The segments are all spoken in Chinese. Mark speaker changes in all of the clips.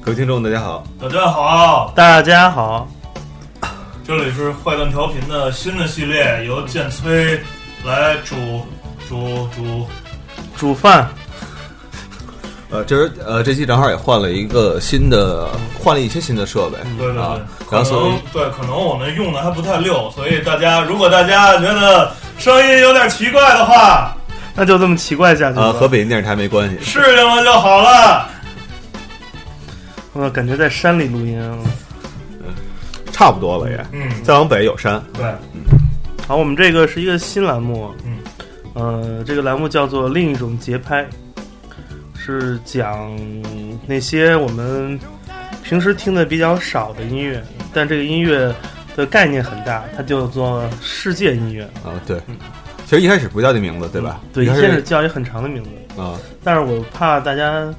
Speaker 1: 各位听众，大家好，
Speaker 2: 大家好，
Speaker 3: 大家好，
Speaker 2: 这里是坏蛋调频的新的系列，由剑崔来主主主
Speaker 3: 煮饭
Speaker 1: 呃，这是呃，这期正好也换了一个新的，换了一些新的设备，
Speaker 3: 嗯
Speaker 2: 对对对，
Speaker 1: 啊
Speaker 2: 可
Speaker 1: 然后所以
Speaker 2: 能对，可能我们用的还不太溜，所以大家如果大家觉得声音有点奇怪的话，
Speaker 3: 那就这么奇怪下去吧。
Speaker 1: 呃，和北京电视台没关系。
Speaker 2: 适应了就好了。
Speaker 3: 我感觉在山里录音啊。
Speaker 1: 差不多了也。
Speaker 2: 嗯，
Speaker 1: 再往北有山，
Speaker 2: 对，
Speaker 3: 好，我们这个是一个新栏目，啊
Speaker 2: 嗯，
Speaker 3: 呃，这个栏目叫做《另一种节拍》，是讲那些我们平时听的比较少的音乐，但这个音乐的概念很大，它叫做世界音乐，
Speaker 1: 啊，对。其实一开始不叫这名字，对吧？
Speaker 3: 嗯对，
Speaker 1: 一开
Speaker 3: 现在
Speaker 1: 始
Speaker 3: 叫一个很长的名字，
Speaker 1: 啊，
Speaker 3: 但是我怕大家。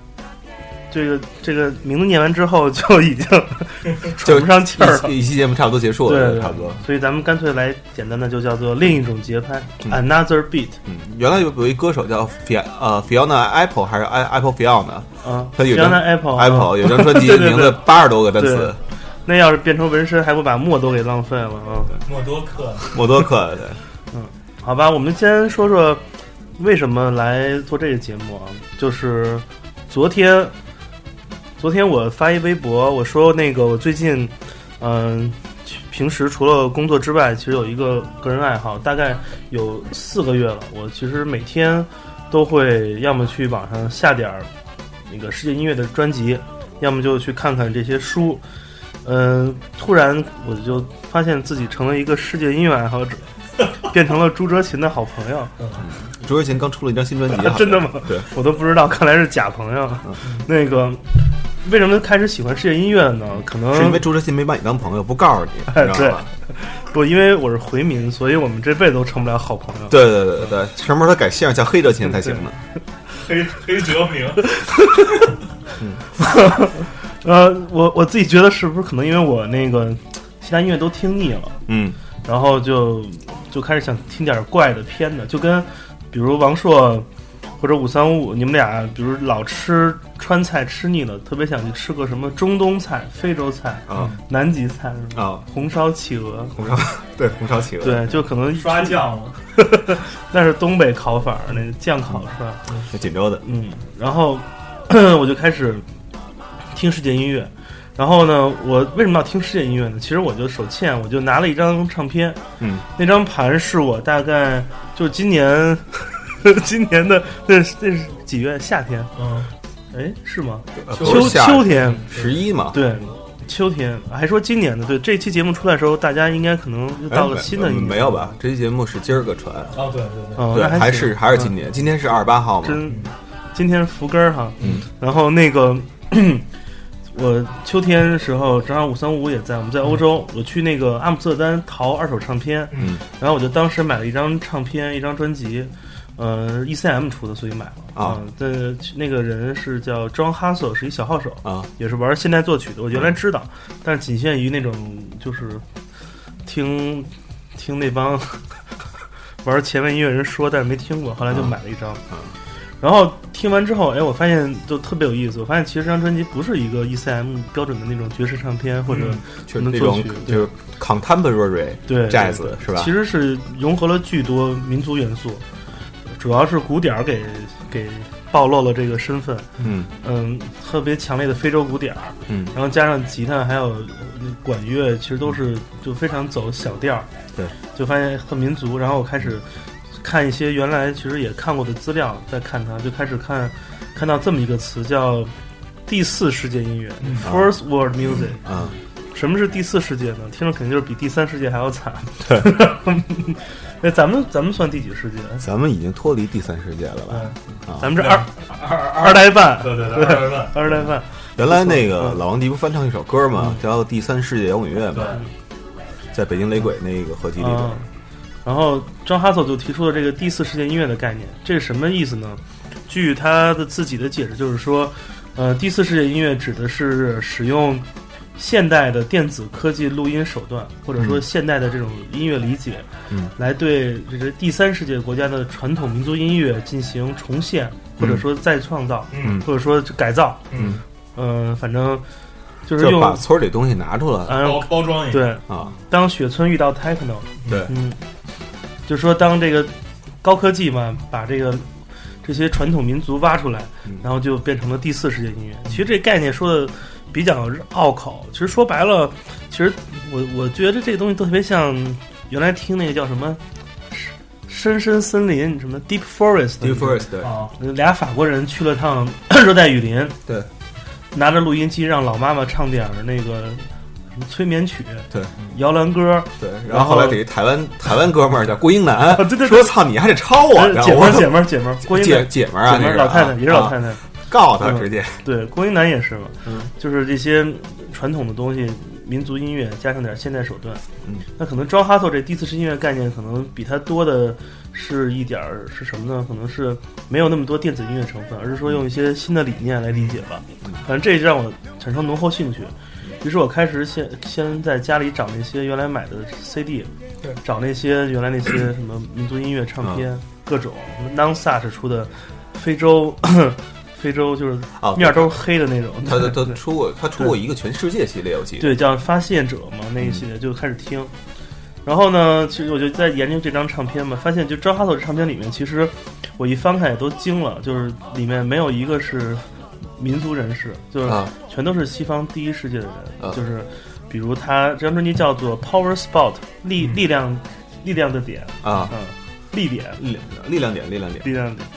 Speaker 3: 这个这个名字念完之后就已经
Speaker 1: 就
Speaker 3: 喘不上气儿了，
Speaker 1: 一一期节目差不多结束了，
Speaker 3: 对对
Speaker 1: 差不多。
Speaker 3: 所以咱们干脆来简单的，就叫做另一种节拍、
Speaker 1: 嗯
Speaker 3: a n o t h e r beat
Speaker 1: 嗯，原来有有一歌手叫 Fi 呃 Fiona Apple 还是 i Apple Fiona
Speaker 3: 啊。
Speaker 1: 它有
Speaker 3: Fiona Apple 啊
Speaker 1: Apple 有张专辑
Speaker 3: 对对对
Speaker 1: 名字八十多个单词
Speaker 3: 对，那要是变成纹身，还不把墨都给浪费了啊？
Speaker 2: 默多克，
Speaker 1: 默多克对。
Speaker 3: 好吧，我们先说说为什么来做这个节目啊？就是昨天，昨天我发一微博，我说那个我最近，嗯、平时除了工作之外，其实有一个个人爱好，大概有四个月了。我其实每天都会要么去网上下点儿那个世界音乐的专辑，要么就去看看这些书。嗯、突然我就发现自己成了一个世界音乐爱好者，变成了朱哲琴的好朋 友。，
Speaker 1: 周杰琴刚出了一张新专辑
Speaker 3: 真的吗？
Speaker 1: 对，
Speaker 3: 我都不知道，看来是假朋友。
Speaker 1: 嗯
Speaker 3: 那个，为什么开始喜欢世界音乐呢？可能
Speaker 1: 是因为朱哲琴没把你当朋友，不告诉你，
Speaker 3: 哎
Speaker 1: 你知道吧？
Speaker 3: 不，因为我是回民，所以我们这辈子都成不了好朋友。
Speaker 1: 对对对对对，什么时候他改姓叫黑哲琴才行呢？
Speaker 2: 黑黑哲明，
Speaker 3: 呃，我我自己觉得是不是可能因为我那个其他音乐都听腻了，
Speaker 1: 嗯，
Speaker 3: 然后就就开始想听点怪的偏的，就跟比如王朔或者五三五，你们俩比如老吃川菜吃腻了，特别想去吃个什么中东菜、非洲菜、
Speaker 1: 啊
Speaker 3: 南极菜是吧
Speaker 1: 啊，
Speaker 3: 红烧企鹅，
Speaker 1: 红烧对红烧企鹅，
Speaker 3: 对，就可能
Speaker 2: 刷酱了，
Speaker 3: 那是东北烤法儿，那个酱烤是吧？
Speaker 1: 对锦州的，
Speaker 3: 嗯，然后 我就开始听世界音乐。然后呢，我为什么要听世界音乐呢？其实我就手欠，我就拿了一张唱片，
Speaker 1: 嗯，
Speaker 3: 那张盘是我大概就今年， 今年的那那是几月？夏天？
Speaker 2: 嗯，
Speaker 3: 哎，是吗？
Speaker 1: 呃
Speaker 2: 秋
Speaker 1: 不
Speaker 3: 秋
Speaker 1: 是夏嗯
Speaker 3: 秋天，
Speaker 1: 十一嘛，
Speaker 3: 对，秋天还说今年的。对，这期节目出来的时候，大家应该可能又
Speaker 1: 哎
Speaker 3: 到了
Speaker 1: 没
Speaker 3: 新的一年，
Speaker 1: 没有？吧？这期节目是今儿个传，
Speaker 2: 哦对对对，
Speaker 3: 哦，
Speaker 1: 对，
Speaker 3: 那
Speaker 1: 还
Speaker 3: 行
Speaker 1: 是还是
Speaker 3: 嗯
Speaker 1: 今年，今天是二十八号嘛，
Speaker 3: 真，今天是福根儿哈，
Speaker 1: 嗯，
Speaker 3: 然后那个 我秋天的时候正好五三五也在，我们在欧洲，我去那个阿姆斯特丹淘二手唱片，
Speaker 1: 嗯，
Speaker 3: 然后我就当时买了一张唱片，一张专辑，呃，ECM 出的，所以买了
Speaker 1: 啊
Speaker 3: 这那个人是叫 John Hassel，是一小号手，
Speaker 1: 啊，嗯
Speaker 3: 也是玩现代作曲的，我原来知道，但是仅限于那种就是听听那帮 玩前卫音乐人说，但是没听过，后来就买了一张。
Speaker 1: 嗯
Speaker 3: 然后听完之后，哎，我发现就特别有意思。我发现其实这张专辑不是一个 ECM 标准的那种爵士唱片，或者、
Speaker 2: 嗯
Speaker 1: 就是
Speaker 3: 能
Speaker 1: 那
Speaker 3: 作
Speaker 1: 种
Speaker 3: 曲对
Speaker 1: 就是 contemporary
Speaker 3: 对
Speaker 1: jazz 是吧
Speaker 3: 其？实是融合了巨多民族元素，主要是鼓点儿给给暴露了这个身份。
Speaker 1: 嗯
Speaker 3: 嗯，特别强烈的非洲鼓点儿，
Speaker 1: 嗯，
Speaker 3: 然后加上吉他还有呃管乐，其实都
Speaker 2: 嗯
Speaker 3: 是就非常走小调儿，
Speaker 1: 对，
Speaker 3: 就发现很民族。然后我开始看一些原来其实也看过的资料，再看它，就开始看看到这么一个词叫第四世界音乐、
Speaker 2: 嗯
Speaker 3: f i r s t World Music）。
Speaker 1: 啊，
Speaker 3: 什么是第四世界呢？听着肯定就是比第三世界还要惨。 对，那咱们咱们算第几世界？
Speaker 1: 咱们已经脱离第三世界了吧？
Speaker 3: 嗯，
Speaker 1: 啊
Speaker 3: 咱们这二
Speaker 2: 二二
Speaker 3: 二代半，
Speaker 2: 对对对，二万，
Speaker 3: 二代半。
Speaker 1: 原来那
Speaker 3: 不
Speaker 1: 个
Speaker 3: 错嗯嗯
Speaker 1: 老王迪不翻唱一首歌嘛，叫《第三世界摇滚乐》
Speaker 2: 对
Speaker 1: 嘛，，在北京雷鬼那个合集里
Speaker 3: 啊，
Speaker 1: 头，
Speaker 3: 然后张哈索就提出了这个第四世界音乐的概念，这是什么意思呢？据他的自己的解释，就是说，呃，第四世界音乐指的是使用现代的电子科技录音手段，或者说
Speaker 1: 嗯
Speaker 3: 现代的这种音乐理解，
Speaker 1: 嗯，
Speaker 3: 来对这个第三世界国家的传统
Speaker 1: 嗯
Speaker 3: 民族音乐进行重现，或者说再创造，
Speaker 2: 嗯
Speaker 3: 或者说改造，
Speaker 2: 嗯
Speaker 3: 嗯、反正就是
Speaker 1: 就
Speaker 3: 用
Speaker 1: 把村儿里东西拿出来
Speaker 3: 嗯、
Speaker 2: 包包装一下，
Speaker 3: 对，
Speaker 1: 啊，
Speaker 3: 当雪村遇到 techno，
Speaker 1: 对
Speaker 3: 嗯，就说当这个高科技嘛，把这个这些传统民族挖出来
Speaker 1: 嗯，
Speaker 3: 然后就变成了第四世界音乐。其实这概念说的比较拗口，其实说白了，其实我我觉得这个东西都特别像原来听那个叫什么深深森林，什么 Deep Forest，
Speaker 1: d e Forest 对，
Speaker 2: 啊，
Speaker 3: 俩法国人去了趟 热带雨林，
Speaker 1: 对，
Speaker 3: 拿着录音机让老妈妈唱点儿那个什么催眠曲，
Speaker 1: 对，
Speaker 3: 摇篮歌，
Speaker 1: 对，然
Speaker 3: 然
Speaker 1: 后
Speaker 3: 后
Speaker 1: 后来得一台湾台湾哥们儿叫郭英男，
Speaker 3: 啊对对对
Speaker 1: 说操你还得抄我，
Speaker 3: 呃
Speaker 1: 然后
Speaker 3: 姐们
Speaker 1: 我
Speaker 3: 儿姐们儿姐们儿，郭英
Speaker 1: 姐
Speaker 3: 男
Speaker 1: 姐们儿啊，
Speaker 3: 姐
Speaker 1: 那是
Speaker 3: 们儿老太太
Speaker 1: 啊
Speaker 3: 也是老太太，
Speaker 1: 告他
Speaker 3: 嗯
Speaker 1: 直接，
Speaker 3: 对，郭英男也是嘛，
Speaker 1: 嗯，
Speaker 3: 就是这些传统的东西，民族音乐加上点现代手段，
Speaker 1: 嗯，
Speaker 3: 那可能 John Hassel 这第四次音乐概念可能比他多的是一点儿是什么呢？可能是没有那么多电子音乐成分，而是说用一些新的理念来理解吧
Speaker 1: 嗯。
Speaker 3: 反正这让我产生浓厚兴趣，于是我开始先先在家里找那些原来买的 CD，
Speaker 1: 对，
Speaker 3: 找那些原来那些什么民族音乐唱片，各种 Non Such 出的非洲。 非洲就是
Speaker 1: 啊，
Speaker 3: 面儿都是黑的那种。
Speaker 1: 他他
Speaker 3: 对
Speaker 1: 他出过他出过一个全世界系列，我记得
Speaker 3: 对叫发现者嘛
Speaker 1: 嗯
Speaker 3: 那一系列就开始听，然后呢，其实我就在研究这张唱片嘛，发现就张哈索这唱片里面，其实我一翻开也都惊了，就是里面没有一个是民族人士，就是
Speaker 1: 啊，
Speaker 3: 全都是西方第一世界的人，
Speaker 1: 啊
Speaker 3: 就是比如他这张专辑叫做《Power Spot》力
Speaker 2: 嗯
Speaker 3: 力量力量的点，
Speaker 1: 啊，
Speaker 3: 嗯，力点。
Speaker 1: 力力量点，力量点。
Speaker 3: 力量的点，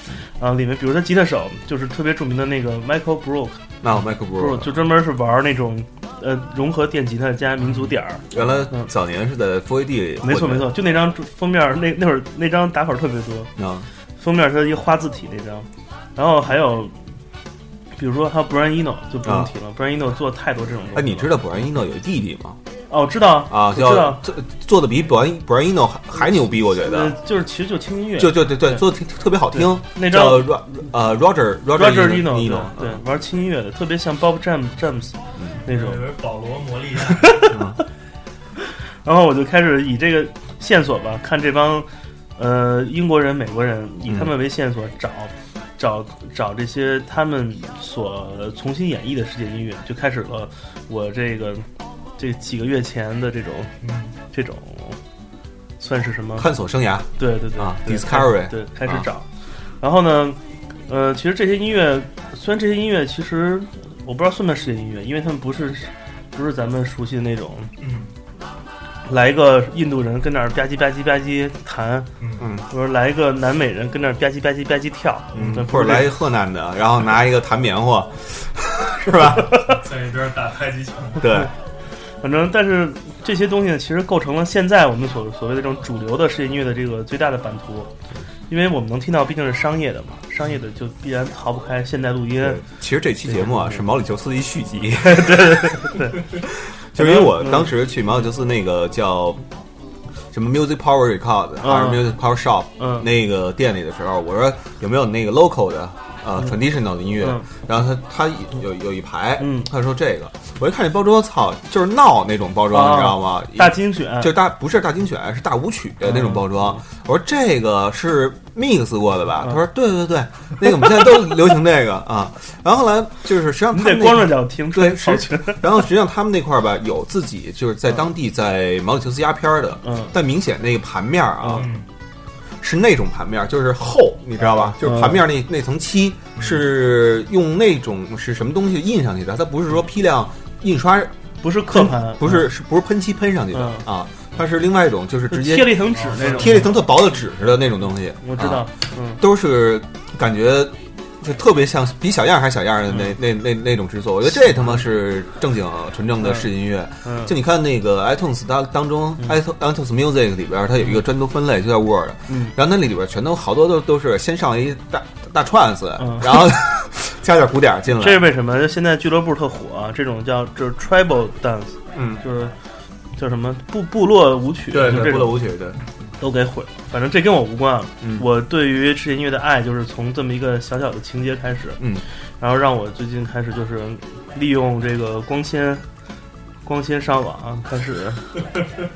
Speaker 3: 啊，里面比如他吉他手就是特别著名的那个 Michael Brook，
Speaker 1: 那我 Michael
Speaker 3: 不是，
Speaker 1: Brewer，
Speaker 3: 就专门是玩那种呃融合电吉他加民族点儿。
Speaker 1: 原来
Speaker 3: 嗯
Speaker 1: 早年是在 4AD 里混的，
Speaker 3: 没错没错，就那张封面儿那那会儿那张打口特别多，
Speaker 1: 错啊，
Speaker 3: 封面是一个花字体那张，然后还有。比如说，还有 Brian Eno 就不用提了、b r i a n Eno 做太多这种东西
Speaker 1: 啊
Speaker 3: 了。
Speaker 1: 哎，你知道 b r i a n Eno 有弟弟吗？
Speaker 3: 哦，我知道
Speaker 1: 啊，
Speaker 3: 我知道
Speaker 1: 叫做做的比 b r i a n b r i a n Eno 还还牛逼，我觉
Speaker 3: 呃
Speaker 1: 得，，
Speaker 3: 就是其实就轻音乐，
Speaker 1: 就就对对，
Speaker 3: 对
Speaker 1: 做的特别好
Speaker 3: 对
Speaker 1: 听，
Speaker 3: 那张
Speaker 1: 叫 Ro 呃 Roger
Speaker 3: Roger
Speaker 1: Eno
Speaker 3: Eno 对
Speaker 1: Eno，
Speaker 3: 对，玩轻音乐的，特别像 Bob James James
Speaker 1: 嗯
Speaker 3: 那种
Speaker 2: 有。人保罗摩利亚，
Speaker 3: 然后我就开始以这个线索吧，看这帮呃英国人、美国人，以
Speaker 1: 嗯
Speaker 3: 他们为线索找、找找这些他们所重新演绎的世界音乐，就开始了我这个这几个月前的这种
Speaker 2: 嗯，
Speaker 3: 这种算是什么？
Speaker 1: 探索生涯
Speaker 3: 对对对
Speaker 1: 啊
Speaker 3: 对
Speaker 1: ，Discovery
Speaker 3: 对，开始
Speaker 1: 啊
Speaker 3: 找。然后呢，呃，其实这些音乐，虽然这些音乐其实我不知道算不算世界音乐，因为他们不是不是咱们熟悉的那种。
Speaker 2: 嗯
Speaker 3: 来一个印度人跟那儿吧唧吧唧吧唧弹，
Speaker 2: 嗯
Speaker 1: 嗯
Speaker 3: 或者来一个南美人跟那儿吧唧吧唧吧唧跳，对
Speaker 1: 嗯，或者来一河南的，然后拿一个弹棉花， 是吧？
Speaker 2: 在一边打太极拳，
Speaker 1: 对，
Speaker 3: 反正但是这些东西呢，其实构成了现在我们所所谓的这种主流的世界音乐的这个最大的版图，因为我们能听到毕竟是商业的嘛，商业的就必然逃不开现代录音，
Speaker 1: 对其实这期节目啊
Speaker 3: 对
Speaker 1: 是毛里求斯的一续 集， 就是因为我当时去毛里求斯那个叫什么 Music Power Record 还是
Speaker 3: 嗯
Speaker 1: Music Power Shop
Speaker 3: 嗯
Speaker 1: 那个店里的时候，我说有没有那个 local 的呃 traditional 的音乐
Speaker 3: 嗯，
Speaker 1: 然后他他有有一排
Speaker 3: 嗯，
Speaker 1: 他说这个，我一看这包装，操，就是闹那种包装，
Speaker 3: 哦
Speaker 1: 你知道吗？
Speaker 3: 大精选，
Speaker 1: 就大不是大精选，是大舞曲的那种包
Speaker 3: 哦
Speaker 1: 装。我说这个是 mix 过的吧？
Speaker 3: 嗯
Speaker 1: 他说对对对，那个我们现在都流行这个啊。然后后来就是实际上
Speaker 3: 你
Speaker 1: 他
Speaker 3: 得
Speaker 1: 们那
Speaker 3: 光着脚听，
Speaker 1: 对
Speaker 3: 穿草
Speaker 1: 是
Speaker 3: 裙，
Speaker 1: 然后实际上他们那块儿吧，有自己就是在当地在毛里求斯压片儿的，
Speaker 3: 嗯
Speaker 1: 但明显那个盘面儿啊、
Speaker 2: 嗯，
Speaker 1: 是那种盘面儿，就是厚，你知道吧？就是盘面
Speaker 3: 嗯
Speaker 1: 儿那那层漆是用那种是什么东西印上去的，它不是说批量印刷，
Speaker 3: 不是刻盘，
Speaker 1: 嗯不是是不是喷漆喷上去的啊，它是另外一种就是
Speaker 3: 就
Speaker 1: 直
Speaker 3: 嗯贴
Speaker 1: 接啊
Speaker 3: 了一层纸那种，
Speaker 1: 贴了一层特薄的纸似的那种东西，
Speaker 3: 我知道
Speaker 1: 啊，
Speaker 3: 嗯
Speaker 1: 都是感觉。就特别像比小样儿还小样儿的那、
Speaker 3: 嗯
Speaker 1: 那那那种制作，我觉得这他妈是正经纯正的世界音乐，
Speaker 3: 嗯
Speaker 1: 就你看那个 iTunes 当当中、
Speaker 3: 嗯
Speaker 1: i t u n e s Music 里边，它有一个单独分类，就叫 Word。
Speaker 3: 嗯
Speaker 1: 然后那里边全都好多都都是先上一大大串子，
Speaker 3: 嗯
Speaker 1: 然后 加点鼓点儿进
Speaker 3: 这
Speaker 1: 来
Speaker 3: 是。为什么？就现在俱乐部特火、这种叫就是 tribal dance，
Speaker 1: 嗯，
Speaker 3: 就是叫什么部部落舞曲，
Speaker 1: 对
Speaker 3: 就
Speaker 1: 对，
Speaker 3: 这
Speaker 1: 部落
Speaker 3: 种
Speaker 1: 舞曲，对，
Speaker 3: 都给毁了。反正这跟我无关啊，
Speaker 1: 嗯
Speaker 3: 我对于世界音乐的爱就是从这么一个小小的情节开始，
Speaker 1: 嗯，
Speaker 3: 然后让我最近开始就是利用这个光纤。光纤上网啊 开始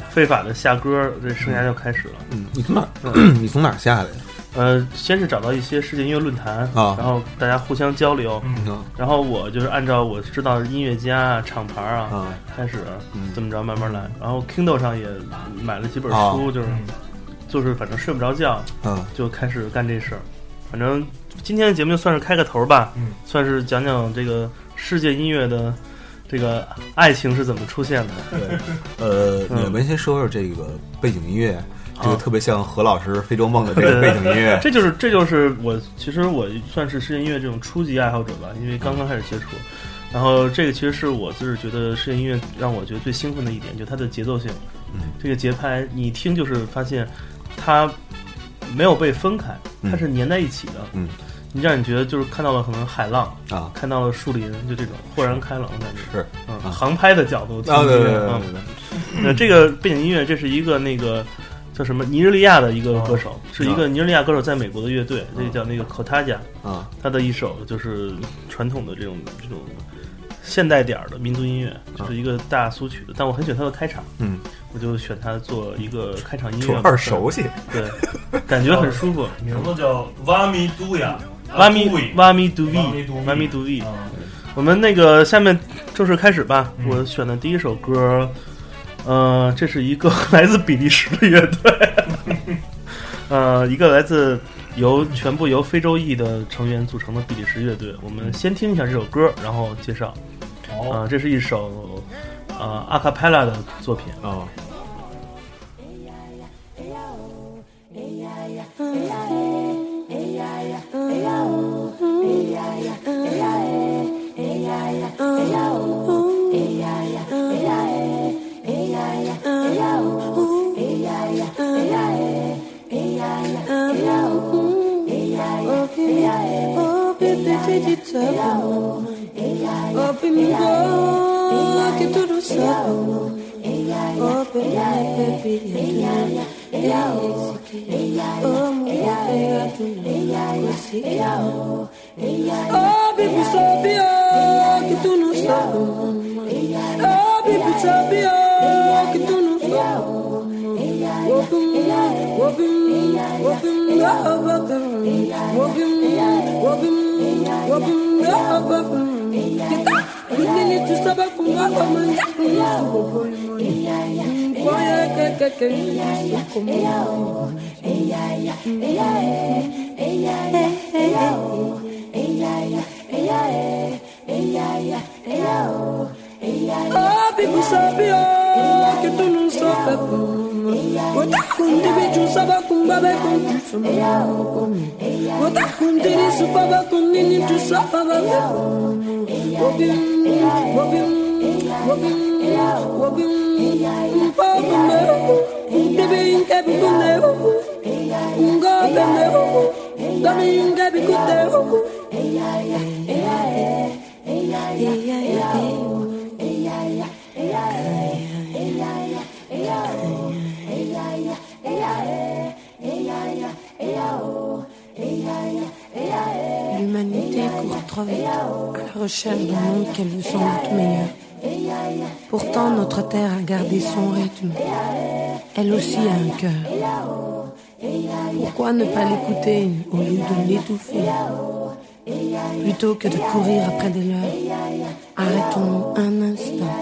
Speaker 3: 非法的下歌，这生涯就开始了。
Speaker 1: 嗯，你从哪儿？
Speaker 3: 嗯
Speaker 1: 你从哪儿下的呀？
Speaker 3: 呃，先是找到一些世界音乐论坛
Speaker 1: 啊
Speaker 3: 然后大家互相交流，
Speaker 2: 嗯
Speaker 1: 嗯
Speaker 3: 然后我就是按照我知道的音乐家啊、厂牌啊，
Speaker 1: 啊
Speaker 3: 开始
Speaker 1: 嗯
Speaker 3: 这么着慢慢来。然后 Kindle 上也买了几本
Speaker 1: 啊
Speaker 3: 书，就是
Speaker 2: 嗯
Speaker 3: 就是反正睡不着觉，
Speaker 1: 嗯
Speaker 3: 就开始干这事儿。反正今天的节目就算是开个头吧，
Speaker 2: 嗯
Speaker 3: 算是讲讲这个世界音乐的这个爱情是怎么出现的。
Speaker 1: 对，呃，
Speaker 3: 嗯啊
Speaker 1: 你们先说说这个背景音乐，这
Speaker 3: 好。
Speaker 1: 个特别像何老师《非洲梦》的这个背景音乐
Speaker 3: 这就是这就是我其实我算是世界音乐这种初级爱好者吧，因为刚刚开始接触。然后这个其实是我就是觉得世界音乐让我觉得最兴奋的一点，就它的节奏性，
Speaker 1: 嗯
Speaker 3: 这个节拍你一听就是发现它没有被分开，
Speaker 1: 嗯
Speaker 3: 它是粘在一起的。
Speaker 1: 嗯，
Speaker 3: 你让你觉得就是看到了可能海浪，
Speaker 1: 啊，
Speaker 3: 看到了树林，就这种豁然开朗的感觉。
Speaker 1: 是
Speaker 3: 嗯，
Speaker 1: 啊
Speaker 3: 航拍的角度听
Speaker 1: 啊，
Speaker 3: 音
Speaker 1: 对对对
Speaker 3: 乐
Speaker 1: 对
Speaker 3: 嗯
Speaker 1: 对对，
Speaker 3: 那这个背景音乐，这是一个那个叫什么尼日利亚的一个歌
Speaker 1: 啊
Speaker 3: 手，是一个尼日利亚歌手在美国的乐队，这叫那个 Kotaja，
Speaker 1: 对啊，
Speaker 3: 他的一首就是传统的这种这种现代点儿的民族音乐，就是一个大苏曲的。但我很喜欢他的开场，
Speaker 1: 嗯，
Speaker 3: 我就选它做一个开场音
Speaker 1: 主
Speaker 3: 乐吧。
Speaker 1: 要是熟悉，
Speaker 3: 对，感觉很舒服。
Speaker 2: 名字叫瓦米杜亚，
Speaker 3: 瓦米瓦米杜
Speaker 2: V，
Speaker 3: V，瓦米杜 V，
Speaker 2: 啊，
Speaker 3: 我们那个下面正式开始吧。
Speaker 2: 嗯
Speaker 3: 我选的第一首歌，呃，这是一个 来自比利时的乐队， 呃，一个来自由全部由非洲裔的成员组成的比利时乐队。我们先听一下这首歌，然后介绍。
Speaker 2: 哦，
Speaker 3: 啊、这是一首呃阿卡贝拉的作品。
Speaker 1: 哦，
Speaker 4: Open go, que tudo sobe. Open my Oh, baby, you do not Oh, my baby, you do not see. Oh, baby, sobe, oh, que tu não sobe. Oh, baby, sobe, oh, que tu não sobe. Open, open, open, oh, open, open, open, open, oh, open. You need to stop up from what woman got me. Boy, I can't get Oh, people sabe, oh, que tu não sabe como. Botar com dividir, sabe com babé com tu como. Botar com direito, babá com menino, tu sabe babé como. Bobim, bobim, bobim, bobim, pobre meu. Deve em que bico meu. Um golpe meu. Dame em que bico teu. L'humanité court trop vite à la recherche d'un monde qu'elle veut sans doute meilleur. Pourtant, notre Terre a gardé son rythme. Elle aussi a un cœur. Pourquoi ne pas l'écouter au lieu de l'étouffer Plutôt que de courir après des leurs, arrêtons un instant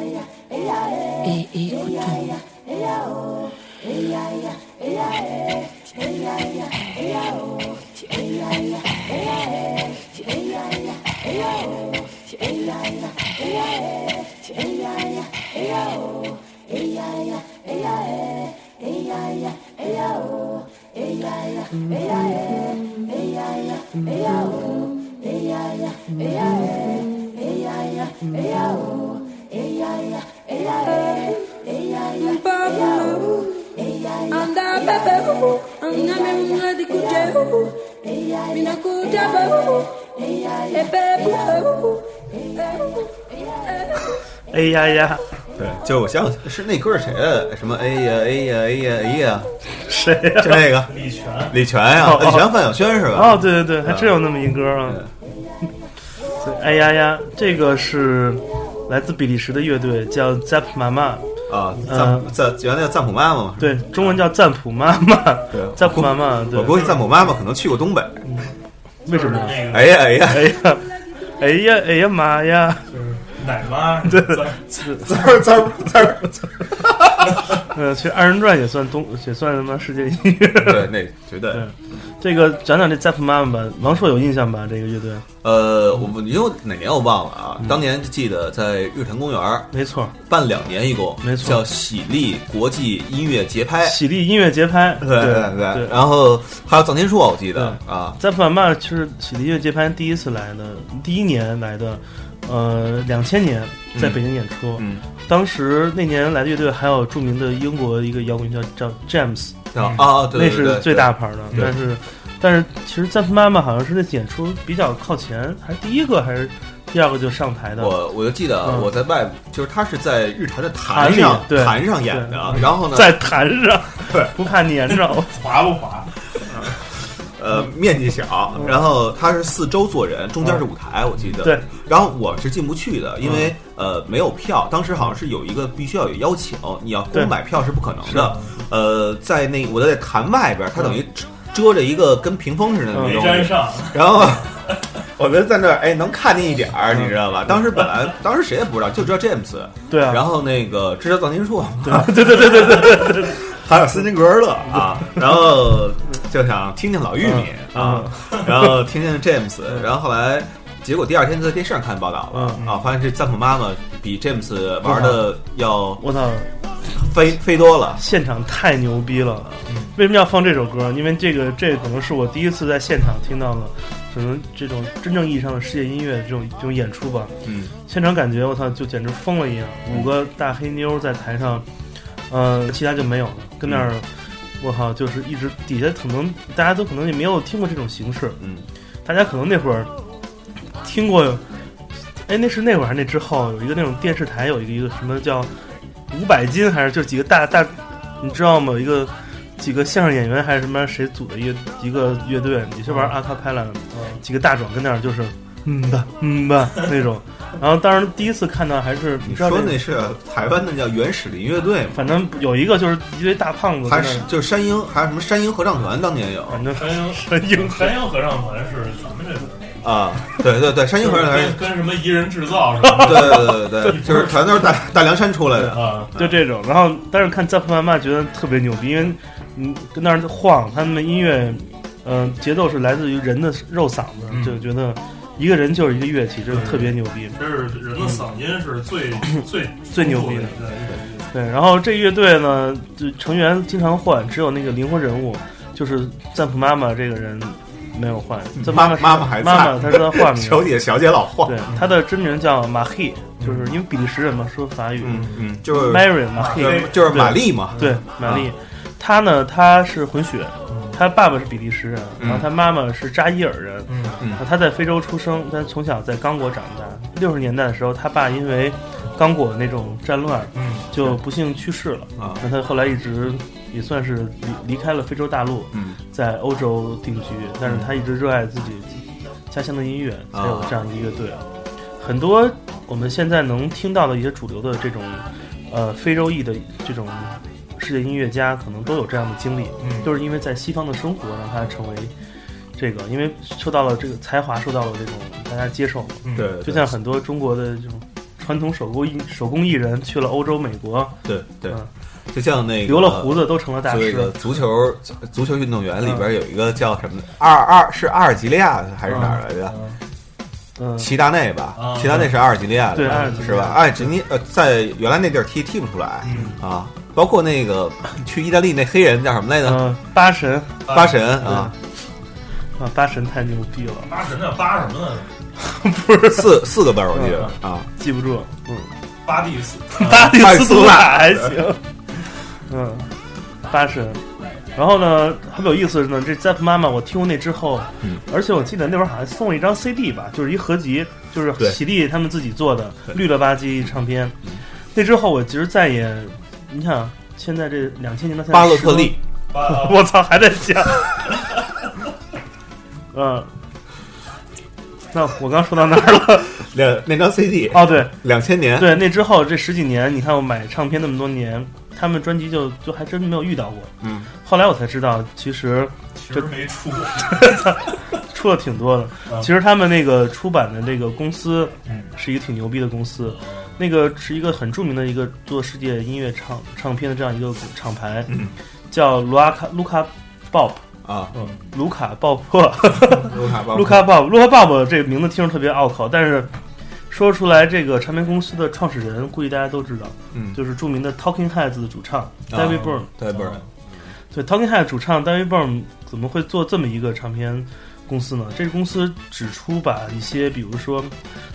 Speaker 4: et écoutons.
Speaker 3: 哎呀呀，
Speaker 1: 对，就是我想想是那歌是谁的？什么哎呀哎呀哎呀哎呀，
Speaker 3: 谁呀、
Speaker 1: 就那个
Speaker 2: 李泉，
Speaker 1: 李泉呀，
Speaker 3: 哦哦
Speaker 1: 李泉范晓萱是吧？
Speaker 3: 哦，对对对，还真有那么一歌啊。对，哎呀呀，这个是来自比利时的乐队叫 Zap Mama，
Speaker 1: 啊，赞赞原来叫赞普妈妈嘛，
Speaker 3: 对，中文叫赞普妈妈，
Speaker 1: 对
Speaker 3: 赞普妈妈，对
Speaker 1: 我，估计赞普妈妈可能去过东北。
Speaker 3: 为什么？
Speaker 2: 那个
Speaker 1: 哎呀哎呀，
Speaker 3: 哎呀，哎呀，哎呀妈呀！
Speaker 2: 就是奶妈，对，
Speaker 1: 滋儿滋儿滋儿，
Speaker 3: 呃，其实二人转也算东，也算他妈世界音乐。
Speaker 1: 对，那绝对。
Speaker 3: 对这个讲讲这 Zap 妈妈吧，王硕有印象吧？这个乐队，
Speaker 1: 呃，我不，因为哪年我忘了
Speaker 3: 嗯
Speaker 1: 啊，当年记得在日坛公园儿
Speaker 3: 没错，
Speaker 1: 办两年一共，
Speaker 3: 没错
Speaker 1: 叫喜力国际音乐节拍。
Speaker 3: 喜力音乐节拍，对
Speaker 1: 哎对对，然后还有臧天朔，我记得啊，
Speaker 3: Zap 妈妈是喜力音乐节拍第一次来的，第一年来的，呃，两千年在北京演出。
Speaker 1: 嗯，
Speaker 3: 当时那年来的乐队还有著名的英国一个摇滚乐叫叫 James，
Speaker 1: 啊啊，对，对对
Speaker 3: 嗯那是最大牌的。
Speaker 1: 对
Speaker 3: 但是，但是其实 Zap 妈妈好像是那演出比较靠前，还是第一个还是第二个就上台的。
Speaker 1: 我我就记得啊
Speaker 3: 嗯
Speaker 1: 我在外，就是他是在日坛的坛
Speaker 3: 里
Speaker 1: 上
Speaker 3: 对
Speaker 1: 坛上演的，啊然后呢，
Speaker 3: 在坛上，
Speaker 1: 对，
Speaker 3: 不怕粘着。
Speaker 2: 滑不滑？
Speaker 1: 呃面积小，然后他是四周坐人，中间是舞台，我记得
Speaker 3: 对，
Speaker 1: 然后我是进不去的，因为呃没有票，当时好像是有一个必须要有邀请，你要
Speaker 3: 对
Speaker 1: 光买票是不可能的。呃，在那我在坛外边，他等于遮遮着一个跟屏风似的那
Speaker 3: 嗯
Speaker 1: 种
Speaker 2: 没
Speaker 1: 东
Speaker 2: 沾
Speaker 1: 西，
Speaker 2: 上，
Speaker 1: 然后我们在那儿，哎，能看见一点儿，你知道吧？当时本来当时谁也不知道，就知道 James，
Speaker 3: 嗯对啊，
Speaker 1: 然后那个知道藏经术，
Speaker 3: 对对对对对，嗯
Speaker 1: 还有斯琴格尔勒啊，然后就想听听老玉米
Speaker 3: 嗯
Speaker 1: 啊，然后听听 James，然后后来。结果第二天在电视上看报道了、
Speaker 3: 嗯
Speaker 1: 啊，发现这赞普妈妈比 James 玩的要
Speaker 3: 我操，
Speaker 1: 飞飞多了。
Speaker 3: 现场太牛逼了！
Speaker 1: 嗯
Speaker 3: 为什么要放这首歌？因为这个，这可能是我第一次在现场听到了，可能这种真正意义上的世界音乐这种这种演出吧。
Speaker 1: 嗯，
Speaker 3: 现场感觉我操，就简直疯了一样，五个大黑妞在台上，呃，其他就没有了，跟那儿，我靠，就是一直底下可能大家都可能也没有听过这种形式，
Speaker 1: 嗯，
Speaker 3: 大家可能那会儿听过，哎，那是那会儿还是那之后有一个那种电视台有一个一个什么叫五百斤还是就几个大大，你知道吗？有一个几个相声演员还是什么谁组的一个一个乐队，也是玩阿卡派拉的，几个大壮跟那儿就是嗯吧嗯吧那种，然后当时第一次看到还是
Speaker 1: 你
Speaker 3: 知道嗯
Speaker 1: 说
Speaker 3: 那
Speaker 1: 那是台湾那叫原始林乐队吗？
Speaker 3: 反正有一个就是一堆大胖子
Speaker 1: 还
Speaker 3: 在那
Speaker 1: 是
Speaker 3: 儿，
Speaker 1: 就是山鹰，还是什么山鹰合唱团？当年有
Speaker 3: 反正
Speaker 2: 山鹰
Speaker 3: 山鹰
Speaker 2: 山鹰合唱团是咱们这个，
Speaker 1: 啊，对对对，山鹰合唱团，
Speaker 2: 跟跟什么一人制造什么
Speaker 1: 对对对对对，就是全都是大大凉山出来
Speaker 2: 的
Speaker 1: 的。
Speaker 2: 啊，
Speaker 3: 就这种。然后，但是看《赞普妈妈》觉得特别牛逼，因为嗯跟那儿晃，他们的音乐，嗯、节奏是来自于人的肉嗓子，
Speaker 2: 嗯
Speaker 3: 就觉得一个人就是一个乐器，这个特别牛逼。
Speaker 2: 这是人的嗓音是最最
Speaker 3: 最牛逼
Speaker 2: 的一
Speaker 3: 的
Speaker 2: 个
Speaker 3: 对，然后这乐队呢，就成员经常换，只有那个灵魂人物就是赞普妈妈这个人没有换。赞普妈
Speaker 1: 妈
Speaker 3: 妈
Speaker 1: 嗯
Speaker 3: 是
Speaker 1: 妈妈还在
Speaker 3: 妈妈，她是她 化名
Speaker 1: 小。姐小姐老晃，
Speaker 3: 对，她的真名叫马黑，就是因为比利时人嘛，说法语。
Speaker 1: 嗯嗯，就是
Speaker 3: Mary 马黑
Speaker 1: 就是就是玛丽嘛，
Speaker 3: 对，玛
Speaker 1: 啊
Speaker 3: 丽，她呢，她是混血，她爸爸是比利时人，
Speaker 1: 嗯
Speaker 3: 然后她妈妈是扎伊尔人。
Speaker 2: 嗯
Speaker 1: 嗯
Speaker 3: 她在非洲出生，但从小在刚果长大。六十年代的时候，她爸因为刚果那种战乱，
Speaker 2: 嗯，
Speaker 3: 就不幸去世了。
Speaker 1: 啊
Speaker 3: 那她后来一直也算是离离开了非洲大陆，
Speaker 1: 嗯
Speaker 3: 在欧洲定居，但是她一直热爱自己家乡的音乐，才有这样一个乐队。很多我们现在能听到的一些主流的这种，呃，非洲裔的这种世界音乐家，可能都有这样的经历，
Speaker 2: 嗯
Speaker 3: 就是因为在西方的生活让他成为这个，因为受到了这个才华，受到了这种大家接受，
Speaker 2: 嗯
Speaker 1: 对，对
Speaker 3: 就像很多中国的这种传统手工艺手工艺人去了欧洲、美国，
Speaker 1: 对对
Speaker 3: 嗯，
Speaker 1: 就像那个
Speaker 3: 留了胡。子都成了大
Speaker 1: 这个
Speaker 3: 师。嗯
Speaker 1: 足球足球运动员里边有一个叫什么阿尔阿尔是阿尔及利亚的还是哪儿来的？
Speaker 3: 嗯，
Speaker 1: 齐达内吧
Speaker 2: 啊，
Speaker 1: 齐达内是阿尔及利亚的，
Speaker 3: 对阿尔及利亚
Speaker 1: 是吧？阿尔及利呃，在原来那地儿踢踢不出来
Speaker 3: 嗯
Speaker 1: 啊，包括那个去意大利那黑人叫什么来着？
Speaker 3: 嗯，八神
Speaker 1: 八神啊，
Speaker 3: 啊，八神太牛逼了，
Speaker 2: 八神呢？八什么呢？
Speaker 3: 不是
Speaker 1: 四四个字儿我记得啊，
Speaker 3: 记不住，嗯，
Speaker 2: 八蒂斯，
Speaker 3: 巴
Speaker 1: 黎斯图
Speaker 3: 塔
Speaker 1: 瓦
Speaker 3: 还行，嗯，八神。然后呢，很有意思的呢，这 Zap 妈妈，我听过那之后，
Speaker 1: 嗯
Speaker 3: 而且我记得那会儿好像送了一张 CD 吧，就是一合集，就是
Speaker 1: 对嗯
Speaker 3: 喜力他们自己做的绿了吧唧唱片。那之后，我其实再也，你想，现在这两千年到现在，
Speaker 1: 巴洛特利，
Speaker 2: 八啊
Speaker 3: 我操，还在讲。嗯，那我刚说到哪儿了？
Speaker 1: 两那张 CD，
Speaker 3: 哦，对
Speaker 1: 两千 年，
Speaker 3: 对，那之后这十几年，你看我买唱片那么多年，他们专辑就就还真没有遇到过。
Speaker 1: 嗯，
Speaker 3: 后来我才知道，其实
Speaker 2: 其实没出过。
Speaker 3: 出了挺多的。
Speaker 2: 嗯
Speaker 3: 其实他们那个出版的这个公司
Speaker 2: 嗯
Speaker 3: 是一个挺牛逼的公司，那个是一个很著名的一个做世界音乐唱唱片的这样一个厂牌，
Speaker 2: 嗯
Speaker 3: 叫卢卡卢卡鲍勃
Speaker 1: 啊，
Speaker 3: 卢卡鲍勃。
Speaker 1: 卢卡鲍勃
Speaker 3: 卢卡鲍卢卡鲍勃这个名字听着特别拗口，但是说出来这个唱片公司的创始人，估计大家都知道，
Speaker 1: 嗯，啊
Speaker 3: 就是著名的 Talking Heads 的主唱 David Byrne。
Speaker 1: 对，不是，
Speaker 3: 对 Talking Heads 主唱 David Byrne 怎么会做这么一个唱片公司呢？这个公司只出把一些，比如说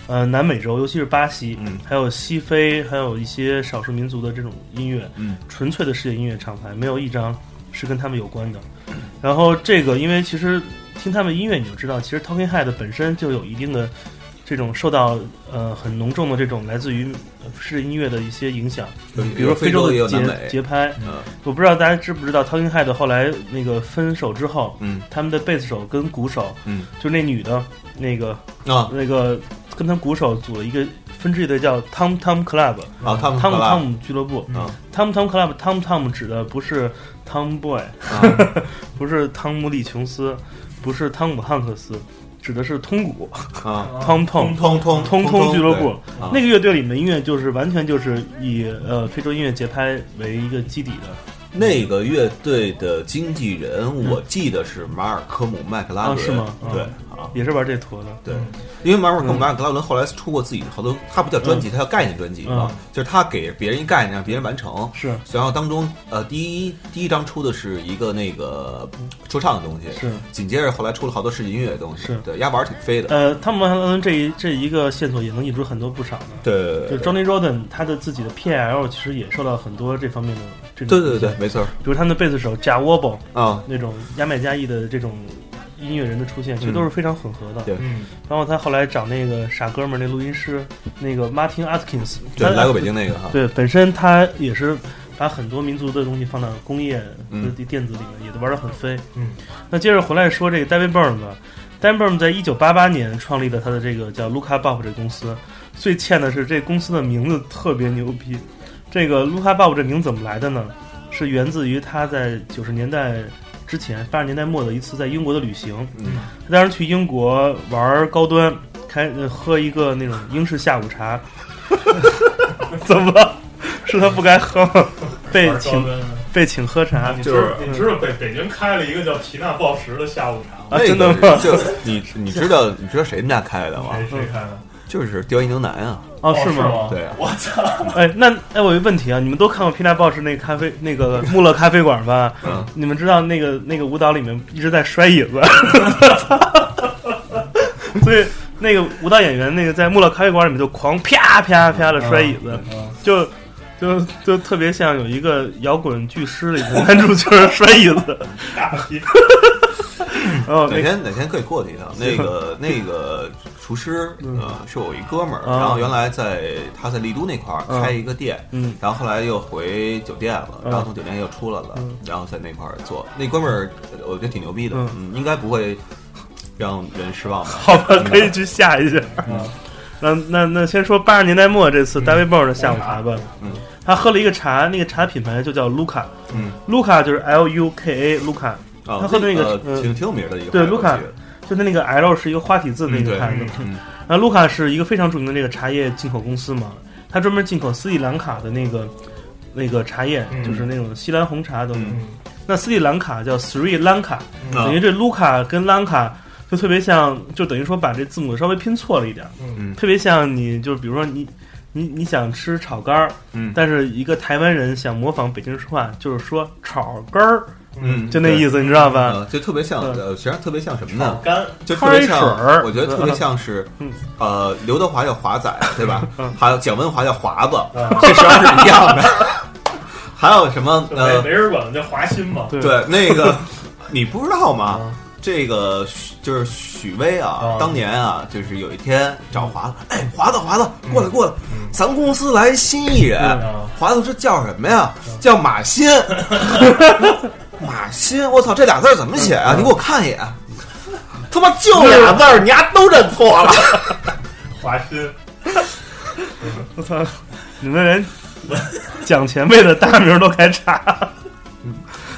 Speaker 3: 呃南美洲，尤其是巴西，
Speaker 1: 嗯
Speaker 3: 还有西非，还有一些少数民族的这种音乐，
Speaker 1: 嗯
Speaker 3: 纯粹的世界音乐厂牌，没有一张是跟他们有关的。
Speaker 1: 嗯
Speaker 3: 然后这个，因为其实听他们音乐你就知道，其实 Talking Head 本身就有一定的这种受到呃很浓重的这种来自于呃世界音乐的一些影响，
Speaker 1: 有
Speaker 3: 比如说
Speaker 1: 非
Speaker 3: 非
Speaker 1: 洲
Speaker 3: 洲
Speaker 1: 也有
Speaker 3: 的
Speaker 1: 南
Speaker 3: 节
Speaker 1: 美，
Speaker 3: 节拍。
Speaker 1: 嗯
Speaker 3: 我不知道大家知不知道 Talking Head 后来那个分手之后，
Speaker 1: 嗯
Speaker 3: 他们的贝斯手跟鼓手，
Speaker 1: 嗯
Speaker 3: 就那女的，那个
Speaker 1: 啊
Speaker 3: 那个跟他鼓手组了一个分支乐队叫 Tom Tom Club，
Speaker 1: 啊，汤姆
Speaker 3: 汤姆
Speaker 1: 克拉
Speaker 3: 汤姆俱乐部。
Speaker 1: 啊
Speaker 3: Tom Tom Club Tom Tom 指的不是 Tom Boy，
Speaker 1: 啊
Speaker 3: 不是汤姆·利琼斯，不是汤姆·汉克斯，指的是通古
Speaker 1: 啊，通
Speaker 3: Tom Tom
Speaker 1: 通
Speaker 3: 通
Speaker 1: 通
Speaker 3: 通俱乐部。
Speaker 1: 对啊
Speaker 3: 那个乐队里面音乐就是完全就是以呃非洲音乐节拍为一个基底的
Speaker 1: 那个乐队的经纪人，我记得是马尔科姆·麦克拉
Speaker 3: 嗯啊，
Speaker 1: 伦，
Speaker 3: 是吗？啊
Speaker 1: 对啊，
Speaker 3: 也是玩这坨的。
Speaker 1: 对，因为马尔科姆·麦克拉伦后来出过自己好多，他不叫专辑，他叫概念专辑
Speaker 3: 嗯
Speaker 1: 啊，就是他给别人一概念，让别人完成。
Speaker 3: 是
Speaker 1: 然后当中，呃，第一第一张出的是一个那个说唱的东西，
Speaker 3: 是
Speaker 1: 紧接着后来出了好多世界音乐的东西，
Speaker 3: 是
Speaker 1: 对，压玩儿挺飞的，
Speaker 3: 呃，汤姆·汉克斯这一这一个线索也能引出很多不少的。
Speaker 1: 对
Speaker 3: 就
Speaker 1: 对
Speaker 3: 是 Johnny Roden 他的自己的 PL 其实也受到很多这方面的这
Speaker 1: 对
Speaker 3: 种
Speaker 1: 对
Speaker 3: 影响
Speaker 1: 对，没错儿
Speaker 3: 比如他们的贝斯手 Ja w o b b l
Speaker 1: 啊，
Speaker 3: 那种牙买加裔的这种音乐人的出现，其
Speaker 1: 嗯
Speaker 3: 实都是非常混合的。
Speaker 1: 对
Speaker 2: 嗯，
Speaker 3: 然后他后来找那个傻哥们儿，那录音师，那个 Martin Atkins，
Speaker 1: 对，
Speaker 3: 他
Speaker 1: 来过北京那个哈，
Speaker 3: 对，本身他也是把很多民族的东西放到工业和
Speaker 1: 嗯
Speaker 3: 电子里面，也都玩得很飞。
Speaker 2: 嗯，
Speaker 3: 那接着回来说这个 David Byrne 吧。David Byrne 在一九八八年创立了他的这个叫 Luca Bob 这公司。最欠的是这公司的名字特别牛逼。这个 Luca Bob 这名字怎么来的呢？是源自于他在九十年代之前八十年代末的一次在英国的旅行。
Speaker 1: 嗯，
Speaker 3: 他当时去英国玩高端，开呃喝一个那种英式下午茶。 怎么了？是他不该喝吗，被
Speaker 2: 玩高
Speaker 3: 请
Speaker 2: 端的
Speaker 3: 被请喝茶
Speaker 2: 你。知
Speaker 1: 就是
Speaker 2: 道你知道北北京开了一个叫皮娜鲍什的下午茶
Speaker 3: 啊
Speaker 2: 吗？
Speaker 1: 那
Speaker 3: 真的
Speaker 1: 个
Speaker 3: 吗
Speaker 1: 就是你你知道你知道谁们家开的吗？
Speaker 2: 谁谁开的？
Speaker 1: 就是刁一牛腩啊，
Speaker 3: 哦，
Speaker 2: 是
Speaker 3: 吗？
Speaker 1: 对啊
Speaker 2: 我操！
Speaker 3: 哎，那哎，我有一问题啊，你们都看过《皮娜报》是那个咖啡那个穆勒咖啡馆吧？
Speaker 1: 嗯
Speaker 3: 你们知道那个那个舞蹈里面一直在摔椅子， 所以那个舞蹈演员那个在穆勒咖啡馆里面就狂啪啪啪的摔椅子，
Speaker 2: 嗯
Speaker 3: 就就就特别像有一个摇滚巨师里的男主角摔椅子，
Speaker 2: 大批
Speaker 3: 然后
Speaker 1: 哪
Speaker 3: 那个
Speaker 1: 天哪天可以过去一趟。那个那个厨师，呃，是我一哥们儿，
Speaker 3: 嗯啊
Speaker 1: 然后原来在他在丽都那块儿
Speaker 3: 嗯
Speaker 1: 开一个店，
Speaker 3: 嗯
Speaker 1: 然后后来又回酒店了，
Speaker 3: 嗯
Speaker 1: 然后从酒店又出来了，然后在那块儿做。那哥们儿，呃我觉得挺牛逼的，
Speaker 3: 嗯
Speaker 1: 嗯，应该不会让人失望吧？
Speaker 3: 好吧，可以去下一下。
Speaker 2: 嗯
Speaker 3: 那那那先说八十年代末这次 David b o w 的下午茶吧。
Speaker 1: 嗯，
Speaker 3: 他喝了一个茶，那个茶品牌就叫 Luca，
Speaker 1: 嗯
Speaker 3: ，Luca 就是 L U K A Luca，
Speaker 1: 啊，
Speaker 3: 他喝的那个
Speaker 1: 呃
Speaker 3: 嗯
Speaker 1: 挺挺有名的一个
Speaker 3: 对
Speaker 1: 牌子
Speaker 3: 卢卡
Speaker 1: 我记得
Speaker 3: 就他那个 L 是一个花体字的那
Speaker 1: 嗯对
Speaker 3: 个牌子。
Speaker 1: 嗯
Speaker 3: 然后 Luca 是一个非常著名的这个茶叶进口公司嘛，它专门进口斯里兰卡的那个那个茶叶，
Speaker 2: 嗯
Speaker 3: 就是那种西兰红茶等等。
Speaker 1: 嗯
Speaker 3: 那斯里兰卡叫 Sri Lanka，、
Speaker 1: 啊
Speaker 3: 等于这 Luca 跟 Lanka 就特别像，就等于说把这字母稍微拼错了一点儿，
Speaker 1: 嗯
Speaker 3: 特别像你就是比如说你你你想吃炒肝儿，
Speaker 1: 嗯
Speaker 3: 但是一个台湾人想模仿北京说话，就是说炒肝儿，
Speaker 1: 嗯，
Speaker 3: 就那意
Speaker 1: 思。
Speaker 3: 思，你知道吧？
Speaker 1: 呃，就特别像，
Speaker 3: 嗯
Speaker 1: 呃，实际上特别像什么
Speaker 2: 炒
Speaker 1: 呢？
Speaker 2: 干
Speaker 1: 就特别像
Speaker 3: 开水儿，
Speaker 1: 我觉得特别像是
Speaker 3: 嗯，
Speaker 1: 呃，刘德华叫华仔，对吧？还有蒋文华叫华子，
Speaker 3: 嗯
Speaker 2: 啊，
Speaker 1: 这实际上是一样的。 还有什么？
Speaker 2: 就没
Speaker 3: 哎
Speaker 1: 呃
Speaker 2: 没，人管叫华歆嘛。
Speaker 3: 对
Speaker 1: 对，那个你不知道吗
Speaker 3: 啊？
Speaker 1: 这个许就是许巍啊
Speaker 2: 啊，
Speaker 1: 当年啊，就是有一天找华子，哎，华子，华子，过来，过来，咱公司来新艺人
Speaker 2: 嗯啊，
Speaker 1: 华子说叫什么呀？叫马新，马新，我操，这俩字儿怎么写啊？你给我看一眼。他妈就俩字儿，你丫都认错了。
Speaker 2: 华歆，
Speaker 3: 我操，
Speaker 1: 嗯
Speaker 3: 你们连讲前辈的大名都该查，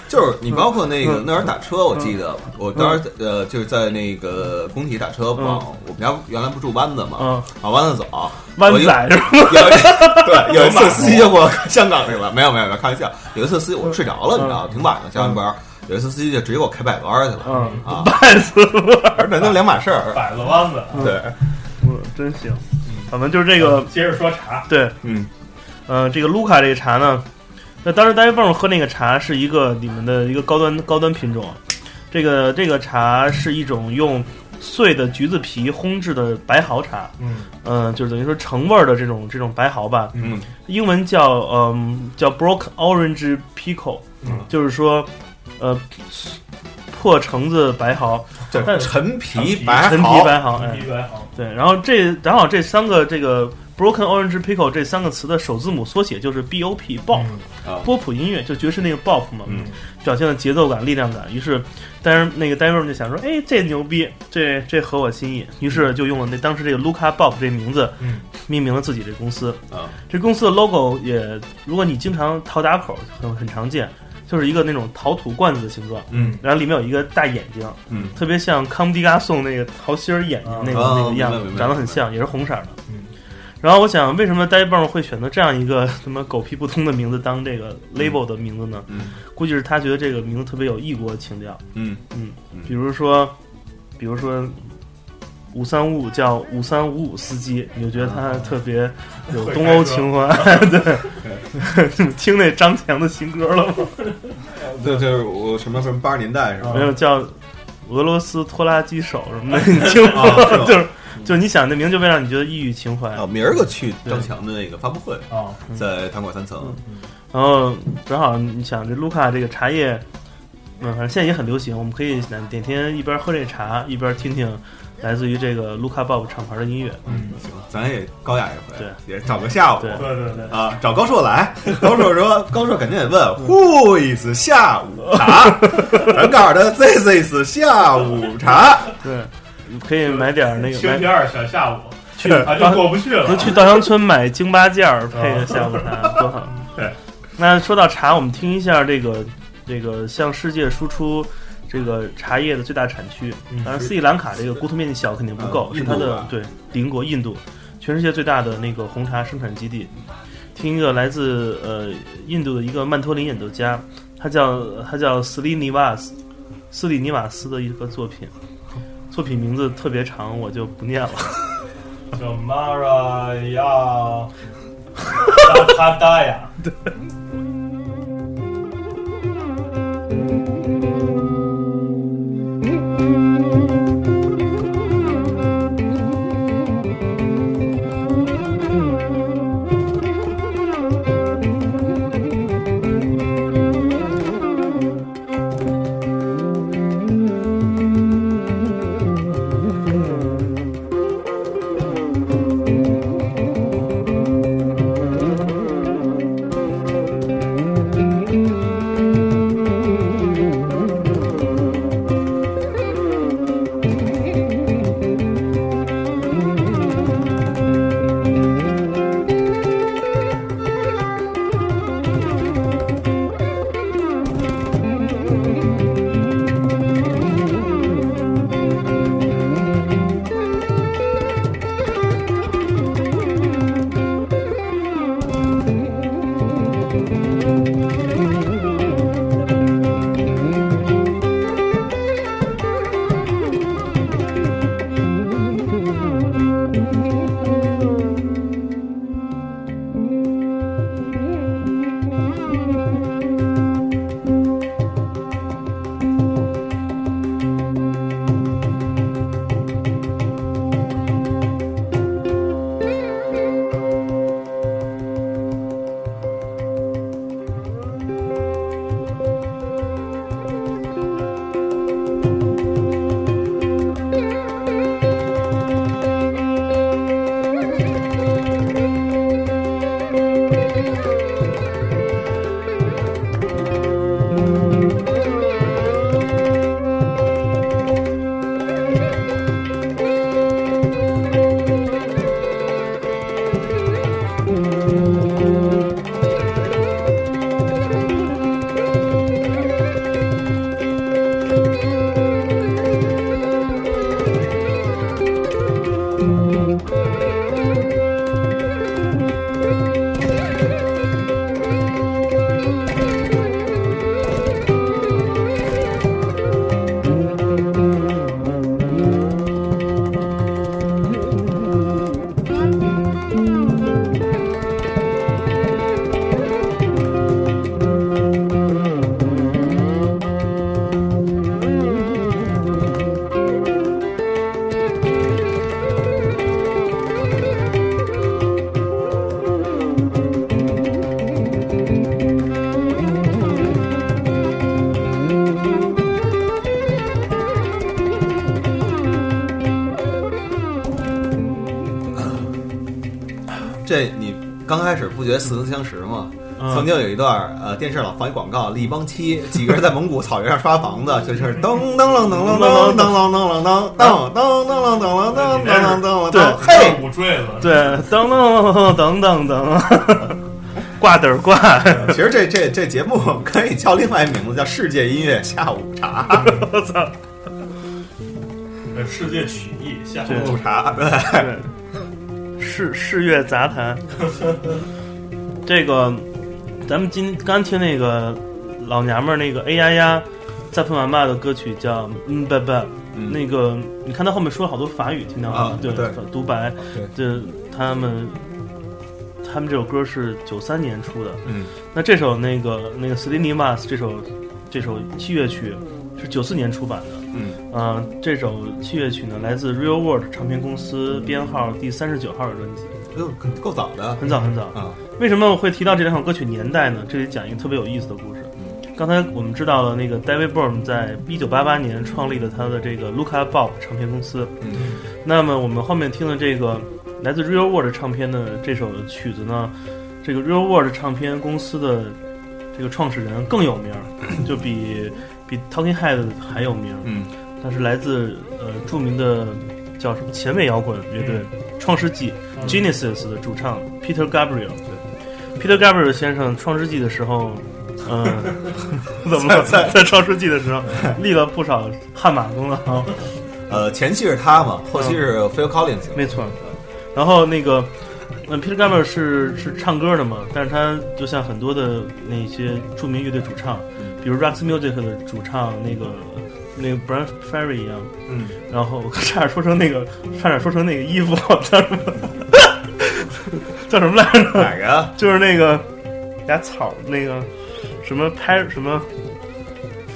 Speaker 1: 就是你包括那个
Speaker 3: 嗯
Speaker 1: 那会儿打车，我记得我当时呃就是在那个工体打车，往我们家原来不住湾子嘛
Speaker 3: 嗯，
Speaker 1: 往湾子走，
Speaker 3: 湾
Speaker 1: 我就
Speaker 3: 仔是吧？
Speaker 1: 有一 对，有一次司机就给我香港去了，没有没有没有，开玩笑。有一次司机我睡着
Speaker 3: 嗯
Speaker 1: 了，你知道吗？挺晚的，下完班儿，有一次司机就直接给我开百弯儿去了，
Speaker 3: 嗯，
Speaker 1: 啊
Speaker 3: 半死了，
Speaker 1: 而且都两码事儿。
Speaker 2: 摆个弯子。
Speaker 1: 对，
Speaker 3: 嗯真行。反正就是这个，
Speaker 2: 接着说茶，
Speaker 3: 对，
Speaker 1: 嗯，
Speaker 3: 嗯，这个卢卡这个茶呢，那当时单位泵喝那个茶是一个你们的一个高端高端品种，这个这个茶是一种用碎的橘子皮烘制的白毫茶，
Speaker 2: 嗯
Speaker 3: 嗯、就是等于说橙味儿的这种这种白毫吧，
Speaker 1: 嗯，
Speaker 3: 英文叫嗯、叫 broke orange pickle，、
Speaker 2: 嗯
Speaker 3: 就是说呃破橙子白毫，
Speaker 1: 这
Speaker 3: 但
Speaker 1: 陈皮
Speaker 2: 陈皮
Speaker 1: 白
Speaker 3: 陈皮
Speaker 1: 毫，
Speaker 3: 白毫，哎，
Speaker 2: 一百好，
Speaker 3: 对，然后这正好这三个这个 broken orange pickle 这三个词的首字母缩写就是 B O P bop，、
Speaker 1: 啊
Speaker 3: 波普音乐就爵士那个 bop 嘛，
Speaker 1: 嗯
Speaker 3: 表现了节奏感、力量感。于是，但是那个 d a v i d 就想说，哎，这牛逼，这这合我心意。于是就用了那当时这个 Luca bop 这名字
Speaker 2: 嗯
Speaker 3: 命名了自己这公司。
Speaker 1: 啊
Speaker 3: 这公司的 logo 也，如果你经常淘打口很很常见，就是一个那种陶土罐子的形状，
Speaker 1: 嗯
Speaker 3: 然后里面有一个大眼睛，
Speaker 1: 嗯
Speaker 3: 特别像康迪嘎颂那个桃心儿眼睛那个、
Speaker 1: 啊
Speaker 3: 那个样
Speaker 1: 明白明
Speaker 3: 子，
Speaker 1: 白
Speaker 3: 长得很像，也是红色的。
Speaker 2: 嗯
Speaker 3: 然后我想，为什么呆棒会选择这样一个什么狗屁不通的名字当这个 label 的名字呢？
Speaker 1: 嗯
Speaker 3: 估计是他觉得这个名字特别有异国情调，
Speaker 1: 嗯
Speaker 3: 比如说，比如说。五三五五叫五三五五司机，你就觉得他
Speaker 1: 啊
Speaker 3: 特别有
Speaker 2: 会开
Speaker 3: 东欧
Speaker 2: 车
Speaker 3: 情怀。 对， 你们听那张强的新歌了吗？
Speaker 1: 对，就是我什么什么八十年代是吧？
Speaker 3: 没有叫俄罗斯拖拉机手什么的，你听过？
Speaker 1: 啊是吧
Speaker 3: 就是就是你想那名就会让你觉得异域情怀。
Speaker 1: 啊，明儿个去张强的那个发布会，
Speaker 2: 啊，
Speaker 3: 嗯
Speaker 1: 在糖果三层。
Speaker 3: 然后正好你想这卢卡这个茶叶，嗯，反正现在也很流行，我们可以哪哪天一边喝这茶一边听听来自于这个卢卡 Bob 厂牌的音乐。
Speaker 2: 嗯，
Speaker 1: 行，咱也高雅一回，
Speaker 3: 对，
Speaker 1: 也找个下午。
Speaker 3: 对
Speaker 2: 对对对，
Speaker 1: 啊，找高硕来，高硕说，高硕肯定得问，Who is 下午茶？咱告诉他，This is 下午茶。
Speaker 3: 对，你可以买点那个
Speaker 2: 星期
Speaker 3: 买
Speaker 2: 二小下午，
Speaker 3: 去
Speaker 2: 啊就过不去了
Speaker 3: 不，是去稻香村买京八件儿配
Speaker 1: 啊
Speaker 3: 个下午茶，多 好。
Speaker 2: 对，
Speaker 3: 那说到茶，我们听一下这个这个向世界输出这个茶叶的最大产区，
Speaker 2: 嗯
Speaker 3: 当然斯里兰卡这个国土面积小肯定不够，
Speaker 1: 嗯
Speaker 3: 是它
Speaker 1: 印度
Speaker 3: 的
Speaker 1: 吧
Speaker 3: 对邻国印度，全世界最大的那个红茶生产基地。听一个来自呃印度的一个曼托林演奏家，他叫他叫斯里尼瓦斯斯里尼瓦斯的一个作品，作品名字特别长，我就不念了。
Speaker 2: 叫 Mara 呀，哈达呀，
Speaker 5: Thank
Speaker 1: 这你刚开始不觉得似曾相识吗？
Speaker 3: 嗯
Speaker 1: 曾经有一段呃电视老放一广告，一帮七几个人在蒙古草原上刷房子，就是噔噔噔噔噔噔噔噔噔噔噔噔噔噔噔噔噔噔噔噔，嘿，
Speaker 2: 舞坠子，
Speaker 3: 对，噔噔噔噔噔，挂嘚儿挂，
Speaker 1: 其实这这这节目可以叫另外一名字，叫《世界音乐下午茶》
Speaker 2: 对，呃世界曲艺下
Speaker 3: 对
Speaker 1: 午茶。
Speaker 3: 对，世世乐杂谈。这个，咱们今刚听那个老娘们儿那个哎呀呀，在碰妈妈的歌曲叫嗯吧吧，
Speaker 1: 嗯
Speaker 3: 那个你看他后面说了好多法语，听到吗？
Speaker 1: 啊
Speaker 3: 对，
Speaker 1: 对
Speaker 3: 独白，这他们。他们这首歌是九三年出的，
Speaker 1: 嗯，
Speaker 3: 那这首那个那个 Selena m a s 这首这首器乐曲是九四年出版的，
Speaker 1: 嗯，
Speaker 3: 呃，这首器乐曲呢来自 Real World 唱片公司编号第三十九号的专辑，
Speaker 1: 哟，哎够早的
Speaker 3: 很早很早。
Speaker 1: 啊，
Speaker 3: 为什么我会提到这两首歌曲年代呢？这里讲一个特别有意思的故事。刚才我们知道了，那个 David Byrne 在一九八八年创立了他的这个 Luca Bob 唱片公司。
Speaker 1: 嗯
Speaker 3: 那么我们后面听的这个来自 Real World 唱片的这首曲子呢，这个 Real World 唱片公司的这个创始人更有名儿，就比比 Talking Head 还有名儿。
Speaker 1: 嗯
Speaker 3: 他是来自呃著名的叫什么前卫摇滚乐队、创世纪、
Speaker 2: 嗯
Speaker 3: Genesis 的主唱 Peter Gabriel。Peter Gabriel 先生创世纪的时候，嗯、怎么了？在在创世纪的时候立了不少汗马功啊劳。
Speaker 1: 呃，前期是他
Speaker 3: 嗯
Speaker 1: 嘛，后期是 Phil Collins。
Speaker 3: 没错。然后那个，嗯，Peter Gabriel 是是唱歌的嘛，但是他就像很多的那些著名乐队主唱，比如 Rex Music 的主唱那个那个 Brian Ferry 一样，
Speaker 1: 嗯，
Speaker 3: 然后我 差点说成那个，差点说成那个衣服叫什么 叫什么来着？
Speaker 1: 哪个？
Speaker 3: 就是那个俩草儿那个什么 Perry 什么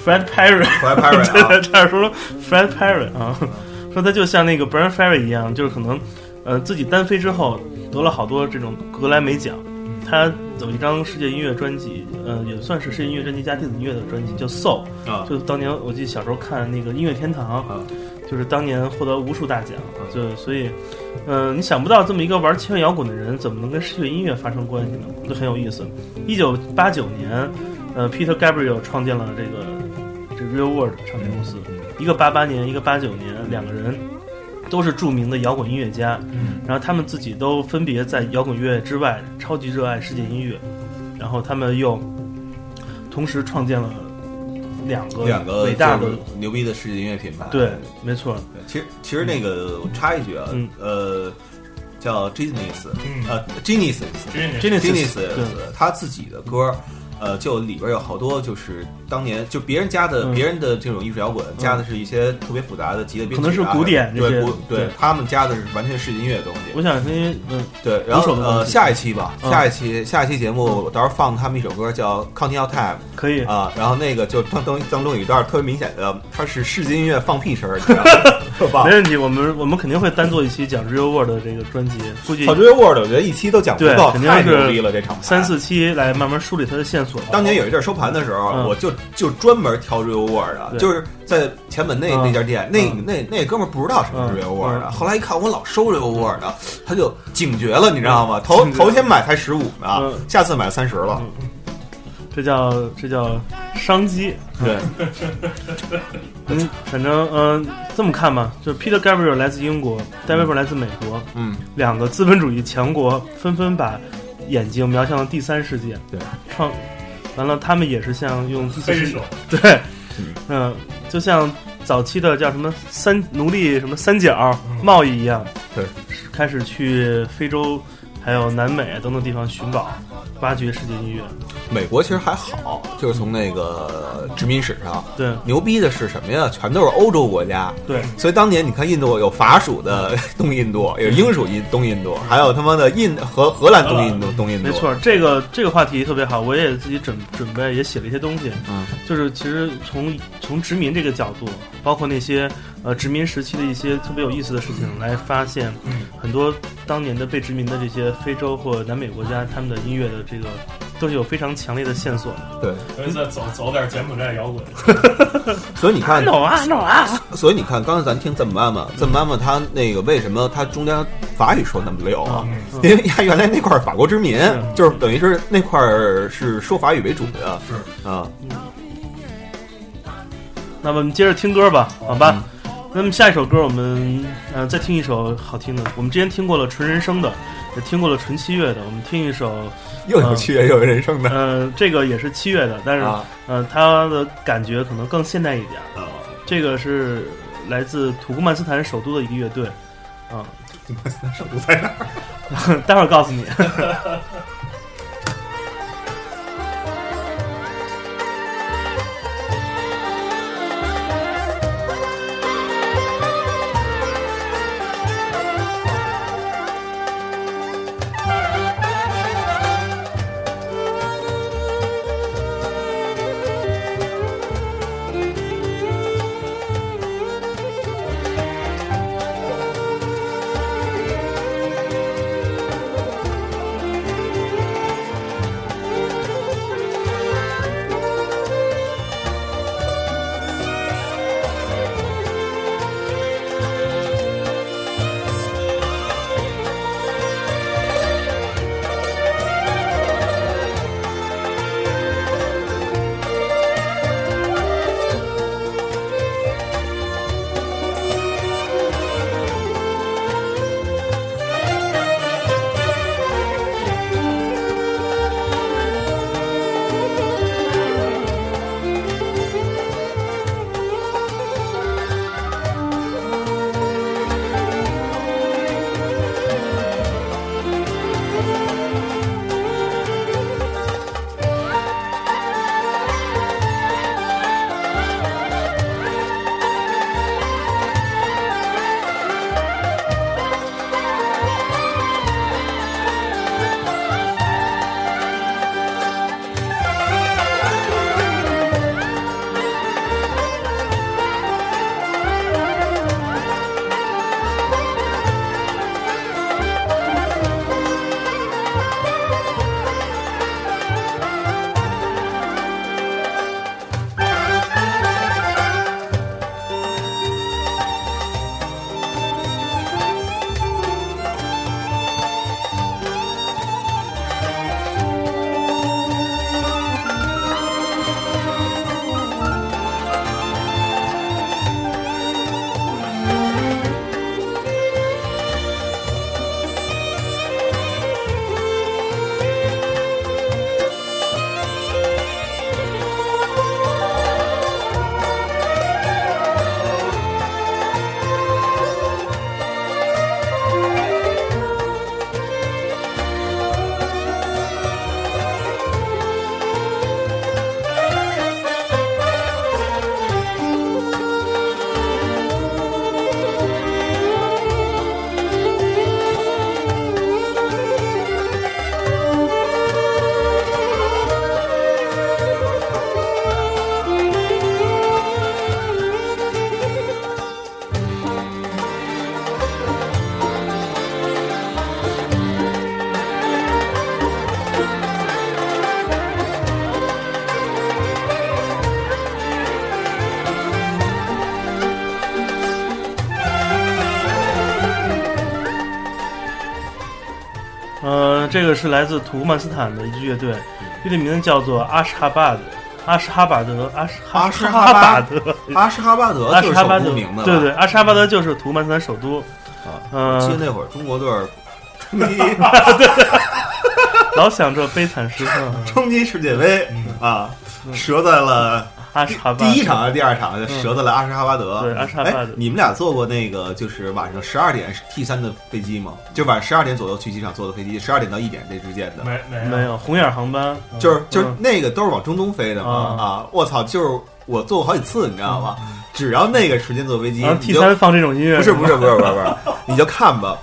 Speaker 3: Fred Perry。
Speaker 1: 怀 拍瑞
Speaker 3: 对
Speaker 1: 啊？
Speaker 3: 差点说成 Fred Perry 啊，说他就像那个 Brian Ferry 一样，就是可能呃自己单飞之后得了好多这种格莱美奖。他有一张世界音乐专辑，呃，也算是世界音乐专辑加电子音乐的专辑，叫《Soul》，
Speaker 1: 啊
Speaker 3: 就是当年我记得小时候看那个音乐天堂，
Speaker 1: 啊
Speaker 3: 就是当年获得无数大奖，就所以，呃，你想不到这么一个玩轻摇滚的人，怎么能跟世界音乐发生关系呢？就很有意思。一九八九年，呃，Peter Gabriel 创建了这个这 Real World 唱片公司，一个八八年，一个八九年，两个人都是著名的摇滚音乐家，
Speaker 1: 嗯
Speaker 3: 然后他们自己都分别在摇滚乐之外超级热爱世界音乐，然后他们又同时创建了两个
Speaker 1: 两个
Speaker 3: 嗯伟大的
Speaker 1: 就是牛逼的世界音乐品牌。
Speaker 3: 对，没错，
Speaker 1: 其实其实那个我插一句啊
Speaker 3: 嗯，
Speaker 1: 呃，叫 Genius，
Speaker 2: 嗯
Speaker 1: 呃，Genius，
Speaker 2: Genius
Speaker 3: 真的
Speaker 1: Genesis
Speaker 3: 对
Speaker 1: 他自己的歌，呃，就里边有好多就是当年就别人加的、
Speaker 3: 嗯
Speaker 1: 别人的这种艺术摇滚加的是一些特别复杂的吉他编曲啊，
Speaker 3: 可能是古典这
Speaker 1: 对
Speaker 3: 些
Speaker 1: 古对
Speaker 3: 对
Speaker 1: 他们加的是完全世界音乐的东
Speaker 3: 我
Speaker 1: 西。
Speaker 3: 想因为嗯
Speaker 1: 对，然
Speaker 3: 鼓
Speaker 1: 后
Speaker 3: 手的东
Speaker 1: 呃，
Speaker 3: 西
Speaker 1: 下一期吧，
Speaker 3: 嗯
Speaker 1: 下一期下一期节目我到时候放他们一首歌叫《Continental Time
Speaker 3: 可以》
Speaker 1: 啊，然后那个就当当当中有一段特别明显的，它是世界音乐放屁声儿，你知道 吗？特棒
Speaker 3: 没。问题，我们我们肯定会单做一期讲 Real World 的这个专辑，估计
Speaker 1: 好 r e World，我觉得一期都讲不
Speaker 3: 对
Speaker 1: 够，
Speaker 3: 肯定
Speaker 1: 太
Speaker 3: 是
Speaker 1: 牛逼了，这场
Speaker 3: 三四期来慢慢梳理它的线索。
Speaker 1: 当年有一阵儿收盘的时候，
Speaker 3: 嗯
Speaker 1: 我就就专门挑 Real World 的，
Speaker 3: 对
Speaker 1: 就是在前门那、
Speaker 3: 嗯
Speaker 1: 那家店，那、
Speaker 3: 嗯
Speaker 1: 那那哥们儿不知道什么是
Speaker 3: 嗯
Speaker 1: Real World 的，
Speaker 3: 嗯
Speaker 1: 后来一看我老收 Real World 的，他就警觉了，你知道吗？头
Speaker 3: 嗯警觉
Speaker 1: 头天买才十五呢，
Speaker 3: 嗯
Speaker 1: 下次买三十了。
Speaker 3: 这叫这叫商机。
Speaker 1: 对，
Speaker 3: 嗯，反正嗯、这么看吧，就是 Peter Gabriel 来自英国，David Byrne 来自美国，
Speaker 1: 嗯，
Speaker 3: 两个资本主义强国纷纷把眼睛瞄向了第三世界，
Speaker 1: 对，
Speaker 3: 创完了，他们也是像用第四
Speaker 2: 黑
Speaker 3: 世界
Speaker 2: 手，
Speaker 3: 对，
Speaker 1: 嗯
Speaker 3: 嗯、就像早期的叫什么三奴隶什么三角
Speaker 1: 嗯
Speaker 3: 贸易一样，
Speaker 1: 对，
Speaker 3: 开始去非洲。还有南美等等地方寻宝，挖掘世界音乐。
Speaker 1: 美国其实还好，就是从那个殖民史上，
Speaker 3: 对
Speaker 1: 牛逼的是什么呀？全都是欧洲国家。
Speaker 3: 对，
Speaker 1: 所以当年你看，印度有法属的 东印度，有英属印东印度，还有他妈的印荷荷兰东印度东印度。
Speaker 3: 没错，这个这个话题特别好，我也自己准准备也写了一些东西。
Speaker 1: 嗯，
Speaker 3: 就是其实从从殖民这个角度，包括那些呃殖民时期的一些特别有意思的事情，来发现很多当年的被殖民的这些非洲或南美国家他们的音乐的这个都是有非常强烈的线索的。
Speaker 1: 对，
Speaker 2: 所以再走走点柬埔寨摇 滚，
Speaker 1: 所以你看，
Speaker 3: 懂啊，懂啊。
Speaker 1: 所以你看，刚才咱听赞妈妈，赞妈妈她那个为什么她中间法语说那么溜啊？因为她原来那块儿法国殖民，就是等于是那块儿是说法语为主的，
Speaker 2: 是
Speaker 1: 啊，
Speaker 3: 那么我们接着听歌吧，好吧？那么下一首歌，我们呃再听一首好听的。我们之前听过了纯人声的，也听过了纯七月的，我们听一首
Speaker 1: 又有趣又有人生的
Speaker 3: 呃这个也是七月的，但是、
Speaker 1: 啊，
Speaker 3: 呃它的感觉可能更现代一点。这个是来自土库曼斯坦首都的一个乐队，啊、
Speaker 1: 圣徒在哪儿？
Speaker 3: 待会儿告诉你。呃，这个是来自土库曼斯坦的一支乐队，
Speaker 1: 嗯
Speaker 3: 乐队名字叫做阿什哈巴德，阿什哈巴德，阿什
Speaker 1: 阿什
Speaker 3: 什
Speaker 1: 哈
Speaker 3: 哈
Speaker 1: 巴
Speaker 3: 巴德，
Speaker 1: 阿什哈巴德
Speaker 3: 阿
Speaker 1: 就
Speaker 3: 什
Speaker 1: 是
Speaker 3: 哈
Speaker 1: 首
Speaker 3: 巴
Speaker 1: 都
Speaker 3: 德
Speaker 1: 名的，，
Speaker 3: 对对，。阿什哈巴德就是土库曼斯坦首都。
Speaker 1: 记得
Speaker 3: 嗯，
Speaker 1: 那会儿中国队儿
Speaker 3: 老想着悲惨时刻，
Speaker 1: 冲击世界杯啊，折在了
Speaker 3: 嗯阿什哈巴嗯
Speaker 1: 第一场还是第二场，折在了阿什哈巴德。
Speaker 3: 对阿什哈巴德
Speaker 1: 哎你们俩坐过那个就是晚上十二点 T 三的飞机吗？就晚上十二点左右去机场坐的飞机，十二点到一点这之间的。
Speaker 2: 没啊没
Speaker 3: 没有红眼航班，
Speaker 1: 就是就是
Speaker 3: 嗯
Speaker 1: 那个都是往中东飞的嘛
Speaker 3: 啊嗯
Speaker 1: 啊！我操，就是我坐过好几次，你知道吗？只要那个时间坐飞机，
Speaker 3: 然后
Speaker 1: 你
Speaker 3: T
Speaker 1: 就
Speaker 3: 三放这种音乐，
Speaker 1: 不是不是不是不是不是，你就看吧。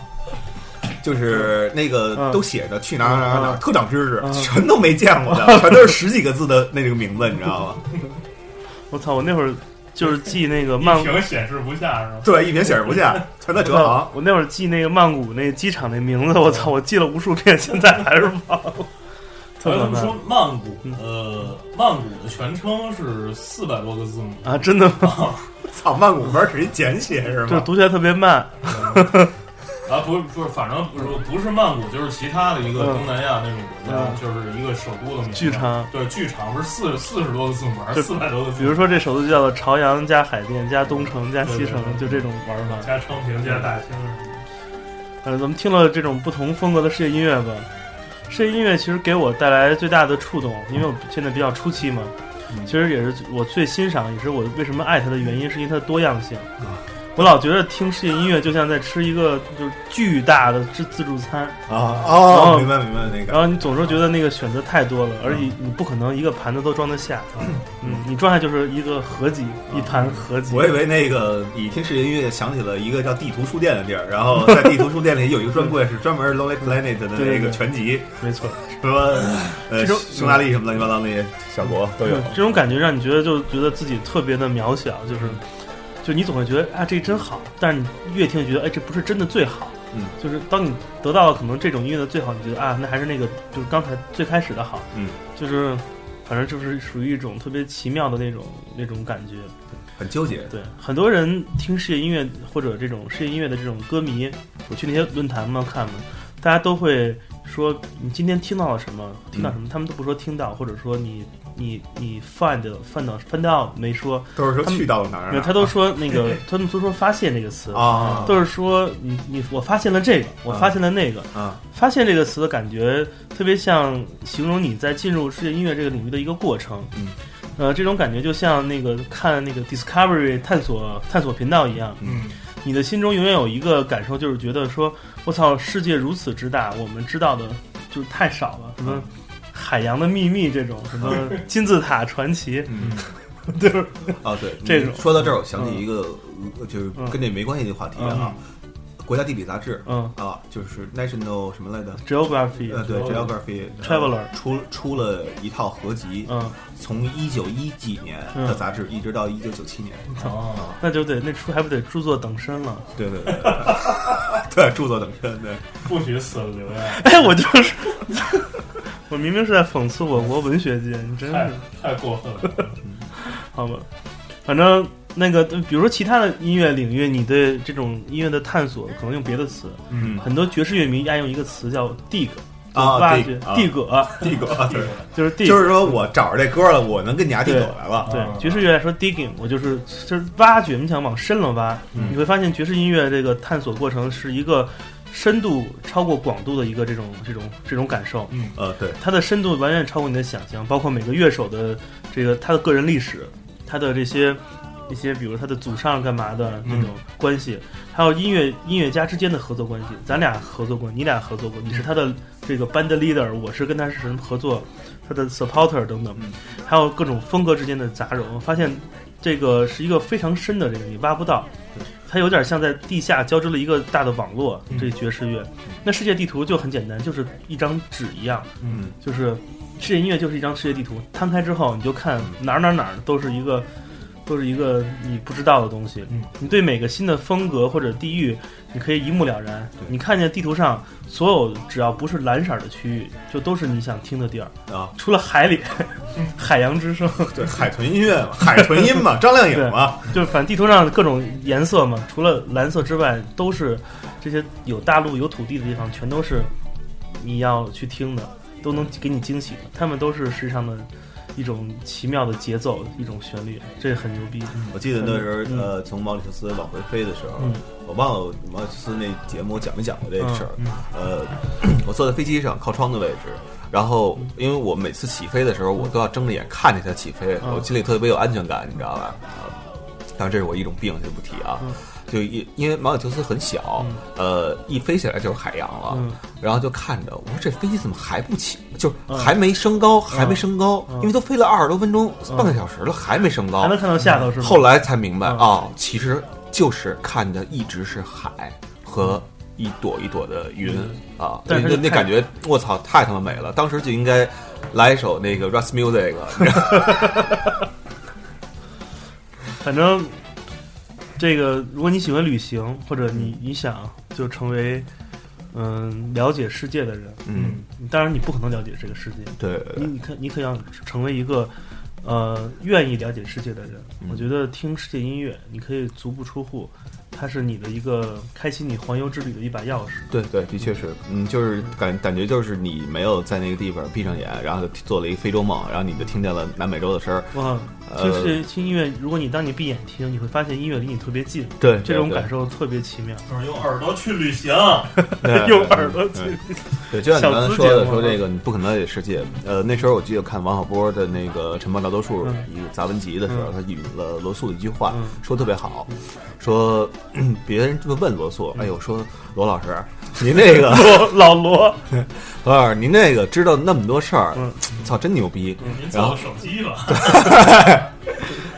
Speaker 1: 就是那个
Speaker 3: 嗯
Speaker 1: 都写着去哪儿哪儿哪儿哪儿，
Speaker 3: 嗯
Speaker 1: 特长知识，
Speaker 3: 嗯
Speaker 1: 全都没见 过的，全都是十几个字的那个名字，你知道吗？
Speaker 3: 我操，我那会儿就是记那个曼
Speaker 2: 一，停显示不下是吗？
Speaker 1: 对，一瓶显示不见，全在
Speaker 3: 我
Speaker 1: 折
Speaker 3: 操
Speaker 1: 航。
Speaker 3: 我那 会儿记那个曼谷那机场那名字，我操，我记了无数遍，现在还是忘了。
Speaker 2: 还
Speaker 3: 特嗯
Speaker 2: 有
Speaker 3: 可
Speaker 2: 他们
Speaker 3: 怕
Speaker 2: 说曼谷，呃，曼谷的全称是四百多个字母，
Speaker 3: 啊！真的吗？
Speaker 1: 操，曼谷门是一简写是
Speaker 3: 就
Speaker 1: 吗？
Speaker 3: 读起来特别慢。
Speaker 2: 啊，不是不是，反正不是不是曼谷，就是其他的一个
Speaker 3: 嗯
Speaker 2: 东南亚那种国家，
Speaker 3: 嗯
Speaker 2: 就是一个首都的名字
Speaker 3: 巨长，
Speaker 2: 对，巨长，不是四四十多个字母还是
Speaker 3: 就
Speaker 2: 四百多个字
Speaker 3: 比
Speaker 2: 母
Speaker 3: 如？说这首字叫做朝阳加海淀加东城加西城，
Speaker 2: 对对对
Speaker 3: 就这种玩法。
Speaker 2: 加昌平加大兴什么的，
Speaker 3: 呃，咱们听了这种不同风格的世界音乐吧。世界音乐其实给我带来最大的触动，因为我现在比较初期嘛，
Speaker 2: 嗯
Speaker 3: 其实也是我最欣赏，也是我为什么爱它的原因，是因为它的多样性
Speaker 1: 啊。
Speaker 3: 我老觉得听世界音乐就像在吃一个就是巨大的自自助餐，
Speaker 1: 啊
Speaker 3: 然
Speaker 1: 哦
Speaker 3: 后，
Speaker 1: 明白明白那
Speaker 3: 然
Speaker 1: 个，
Speaker 3: 后你总是觉得那个选择太多了，而你你不可能一个盘子都装得下，嗯，你装下就是一个合集，一盘合集。
Speaker 1: 我以为那个你听世界音乐想起了一个叫地图书店的地儿，然后在地图书店里有一个专柜是专门 Lonely Planet 的那个全集，
Speaker 3: 没错，
Speaker 1: 什么呃
Speaker 3: 这种
Speaker 1: 匈牙利什么乱七八糟那些小国都有
Speaker 3: 嗯。 这种感觉让你觉得就觉得自己特别的渺小，就是
Speaker 1: 嗯
Speaker 3: 就你总会觉得啊这真好，但是你越听觉得哎这不是真的最好，
Speaker 1: 嗯，
Speaker 3: 就是当你得到了可能这种音乐的最好，你觉得啊那还是那个就是刚才最开始的好，
Speaker 1: 嗯，
Speaker 3: 就是反正就是属于一种特别奇妙的那种那种感觉，
Speaker 1: 很纠结，
Speaker 3: 对，很多人听世界音乐或者这种世界音乐的这种歌迷，我去那些论坛嘛看嘛，大家都会说你今天听到了什么，听到什么，他们都不说听到，或者说你你你 find find out find out 没说，
Speaker 1: 都是说
Speaker 3: 他们
Speaker 1: 去到哪儿
Speaker 3: 没有，
Speaker 1: 啊，
Speaker 3: 他都说那个，他们都说发现这个词，
Speaker 1: 啊，
Speaker 3: 都是说你你我发现了这个，我发现了那个，
Speaker 1: 啊
Speaker 3: 发现这个词的感觉，特别像形容你在进入世界音乐这个领域的一个过程。
Speaker 1: 嗯，
Speaker 3: 呃，这种感觉就像那个看那个 Discovery 探索探索频道一样，
Speaker 2: 嗯，
Speaker 3: 你的心中永远有一个感受，就是觉得说，我操，世界如此之大，我们知道的就是太少了，什
Speaker 1: 嗯
Speaker 3: 么海洋的秘密这种，什么金字塔传奇，
Speaker 1: 嗯
Speaker 3: 就是
Speaker 1: 啊，对，
Speaker 3: 这种
Speaker 1: 说到这儿，我想起一个呃就是
Speaker 3: 嗯
Speaker 1: 跟这没关系的话题啊，国家地理杂志
Speaker 3: 嗯
Speaker 1: 啊，就是 National 什么来着？
Speaker 3: ，Geography，
Speaker 1: 呃，对，Geography 呃
Speaker 3: Traveler
Speaker 1: 出出了一套合集，
Speaker 3: 嗯，
Speaker 1: 从一九一几年的杂志一直到一九九七年。
Speaker 3: 嗯
Speaker 2: 哦，
Speaker 3: 那就得那出还不得著作等身了。
Speaker 1: 对 对对对对，对著作等身，对
Speaker 2: 不许死流呀，
Speaker 3: 哎，我就是， 我明明是在讽刺我国文学界，你真
Speaker 2: 太
Speaker 3: 是
Speaker 2: 太过分了，
Speaker 3: 好吧？反正那个，比如说其他的音乐领域，你对这种音乐的探索，可能用别的词。
Speaker 1: 嗯
Speaker 3: 很多爵士乐迷爱用一个词叫 “dig”，
Speaker 1: 啊
Speaker 3: 挖
Speaker 1: dig，
Speaker 3: 掘
Speaker 1: 啊
Speaker 3: 地葛，
Speaker 1: 帝国，对
Speaker 3: 就是 dig，
Speaker 1: 就是说我找着这歌了，我能跟你家地狗来了。
Speaker 3: 对
Speaker 2: 啊
Speaker 3: 爵士乐来说，digging，我就是就是挖掘，你想往深了挖，
Speaker 1: 嗯
Speaker 3: 你会发现爵士音乐这个探索过程是一个深度超过广度的一个这种这种这种感受。
Speaker 2: 嗯，
Speaker 1: 呃，对，
Speaker 3: 它的深度远远超过你的想象，包括每个乐手的这个他的个人历史，他的这些一些，比如他的祖上干嘛的那种关系，还有音乐音乐家之间的合作关系。咱俩合作过，你俩合作过，你是他的这个 band leader，我是跟他是什么合作，他的 supporter 等等
Speaker 1: 嗯，
Speaker 3: 还有各种风格之间的杂糅，发现这个是一个非常深的这个你挖不到。它有点像在地下交织了一个大的网络，这爵士乐。那世界地图就很简单，就是一张纸一样，
Speaker 1: 嗯，
Speaker 3: 就是世界音乐就是一张世界地图，摊开之后你就看哪儿哪儿哪儿都是一个都是一个你不知道的东西。
Speaker 2: 嗯
Speaker 3: 你对每个新的风格或者地域，你可以一目了然
Speaker 1: 对。
Speaker 3: 你看见地图上所有只要不是蓝色儿的区域，就都是你想听的地儿，
Speaker 1: 啊，
Speaker 3: 除了海里海洋之声，
Speaker 1: 对，海豚音乐嘛，海豚音嘛，张靓颖嘛，
Speaker 3: 就是反正地图上各种颜色嘛，除了蓝色之外，都是这些有大陆有土地的地方，全都是你要去听的，都能给你惊喜的。他们都是世上的一种奇妙的节奏，一种旋律，这很牛逼。
Speaker 1: 我记得那时候，呃，从毛里求斯往回飞的时候
Speaker 3: 嗯，
Speaker 1: 我忘了毛里求斯那节目讲没讲过这个事
Speaker 3: 嗯
Speaker 1: 儿。呃，我坐在飞机上靠窗的位置，然后因为我每次起飞的时候，我都要睁着眼看着它起飞，
Speaker 3: 嗯
Speaker 1: 我心里特别有安全感，你知道吧？啊当然这是我一种病，就不提啊。
Speaker 3: 嗯
Speaker 1: 就一因为毛里求斯很小，呃，一飞起来就是海洋了，
Speaker 3: 嗯
Speaker 1: 然后就看着我说这飞机怎么还不起，就是还没升高，还
Speaker 3: 嗯
Speaker 1: 没升高，因为都飞了二十多分钟，半个小时了，还没升高，嗯
Speaker 3: 还能看到下头是吗？
Speaker 1: 后来才明白啊、
Speaker 3: 嗯
Speaker 1: 哦其实就是看的一直是海和一朵一朵的云、啊，
Speaker 3: 嗯但是
Speaker 1: 那
Speaker 3: 它
Speaker 1: 那
Speaker 3: 太
Speaker 1: 感觉我操太他妈美了，当时就应该来一首那个 Rust Music，你知道吗
Speaker 3: 反正这个，如果你喜欢旅行，或者你你想就成为嗯了解世界的人。
Speaker 1: 嗯，
Speaker 3: 当然你不可能了解这个世界，
Speaker 1: 对对
Speaker 3: 你
Speaker 1: 对，
Speaker 3: 你可你可想成为一个呃愿意了解世界的人。
Speaker 1: 嗯
Speaker 3: 我觉得听世界音乐，你可以足不出户，它是你的一个开启你环游之旅的一把钥匙。
Speaker 1: 对对，的确是，嗯，就是感感觉就是你没有在那个地方闭上眼，然后就做了一个非洲梦，然后你就听见了南美洲的声儿，
Speaker 3: 哇，
Speaker 1: 呃
Speaker 3: 听世界听音乐，如果你当你闭眼听，你会发现音乐离你特别近，
Speaker 1: 对，
Speaker 3: 这种
Speaker 1: 对
Speaker 3: 感，受特别奇妙。
Speaker 2: 就是用耳朵去旅 行，
Speaker 1: 对对
Speaker 3: 用耳朵去
Speaker 1: 对。对，就像你刚才说
Speaker 3: 小资节
Speaker 1: 的，
Speaker 3: 目
Speaker 1: 说这个你不可能了解世界。呃，那时候我记得看王小波的那个《沉默大多数》
Speaker 3: 嗯
Speaker 1: 一个杂文集的时候，他引了罗素的一句话
Speaker 3: 嗯，
Speaker 1: 说得特别好，说嗯别人就问罗素，哎
Speaker 3: 嗯
Speaker 1: 呦，说罗老师，您那个
Speaker 3: 罗老罗，
Speaker 1: 罗老师，您那个知道那么多事儿
Speaker 3: 嗯，
Speaker 1: 操，真牛逼。
Speaker 2: 您
Speaker 1: 然
Speaker 2: 造
Speaker 1: 后
Speaker 2: 个手机吧。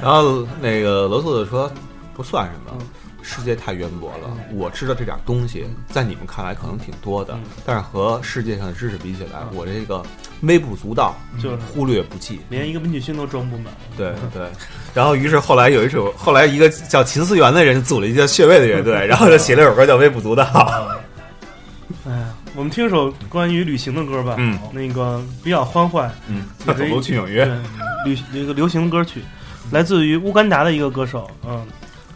Speaker 1: 然后那个罗素就说不算什么
Speaker 3: 嗯。
Speaker 1: 世界太渊博了，我知道这点东西，在你们看来可能挺多的
Speaker 3: 嗯，
Speaker 1: 但是和世界上的知识比起来，我这个微不足道，
Speaker 3: 就是
Speaker 1: 忽略不计。
Speaker 3: 连一个文曲星都装不满。
Speaker 1: 对对，然后于是后来有一首，后来一个叫秦思源的人组了一个叫穴位的乐队，然后就写了首歌叫《微不足道》。
Speaker 3: 哎呀，我们听一首关于旅行的歌吧。
Speaker 1: 嗯，
Speaker 3: 那个比较欢快，
Speaker 1: 嗯，
Speaker 3: 那走路
Speaker 1: 去纽
Speaker 3: 对，，嗯旅一个流行歌曲，来自于乌干达的一个歌手，嗯，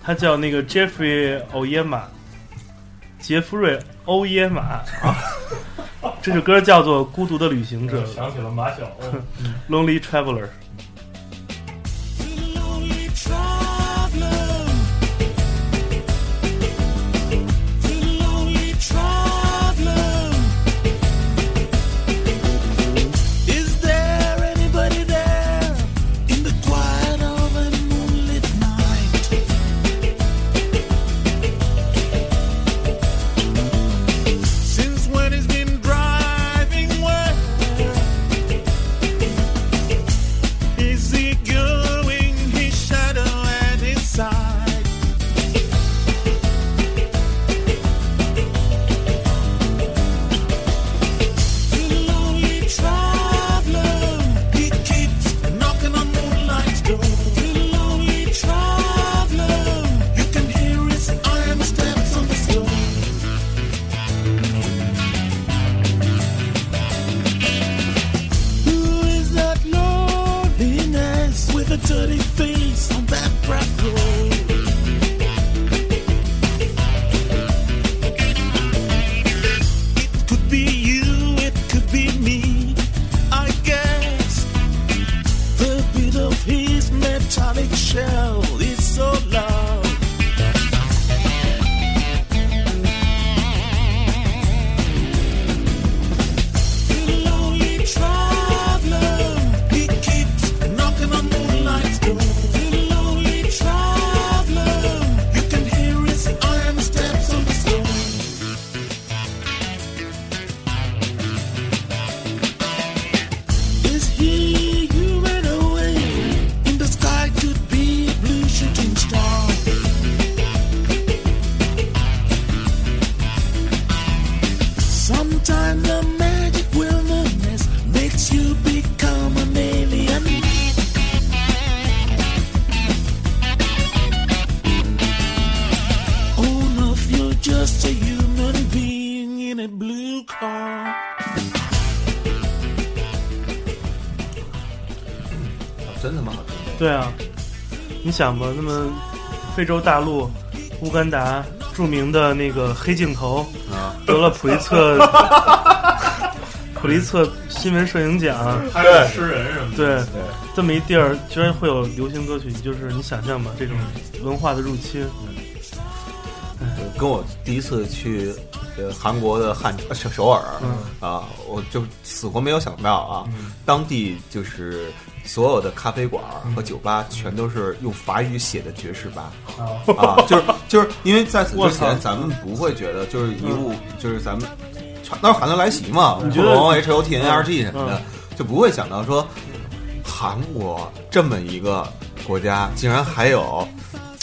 Speaker 3: 他叫那个 Jeffrey o y e m a 杰弗瑞·欧耶马啊。这首歌叫做《孤独的旅行者
Speaker 2: 我 想起了马小欧，》
Speaker 3: （Lonely Traveler）。
Speaker 6: Is there anybody there in the quiet of a moonlit night? Since when he's been driving where is he going? His shadow at his side. Dirty face on that back road. could be you, it could be me. I guess the beat of his metallic shell is so loud. The lonely traveler, he keeps knocking on moonlight's door. The lonely traveler, you can hear his iron steps on the stone. Is he you ran away? In the sky could be a blue shooting star. Sometimes the magic wilderness makes you become an alien. Oh, love, you're just a human being in a blue car.
Speaker 1: 真他妈好听！
Speaker 3: 对啊，你想吧，那么非洲大陆、乌干达著名的那个黑镜头
Speaker 1: 啊，
Speaker 3: 得了普利策普利策新闻摄影奖。
Speaker 2: 还有诗人什么的。
Speaker 3: 对，这么一地儿居然会有流行歌曲，就是你想象吧，这种文化的入侵。
Speaker 1: 跟我第一次去呃韩国的汉呃 首首尔
Speaker 3: 嗯
Speaker 1: 啊，我就死活没有想到啊，当地就是所有的咖啡馆和酒吧全都是用法语写的爵士吧。
Speaker 3: 哦
Speaker 2: 对，
Speaker 1: 啊，就是就是因为在此
Speaker 3: 我
Speaker 1: 之
Speaker 3: 操
Speaker 1: 前，咱们不会觉得就是一
Speaker 3: 嗯
Speaker 1: 物，就是咱们全都是韩流来袭嘛，
Speaker 3: 觉
Speaker 1: 恐
Speaker 3: 得
Speaker 1: 龙 H O T N E R G 什么的
Speaker 3: 嗯，
Speaker 1: 就不会想到说韩国这么一个国家竟然还有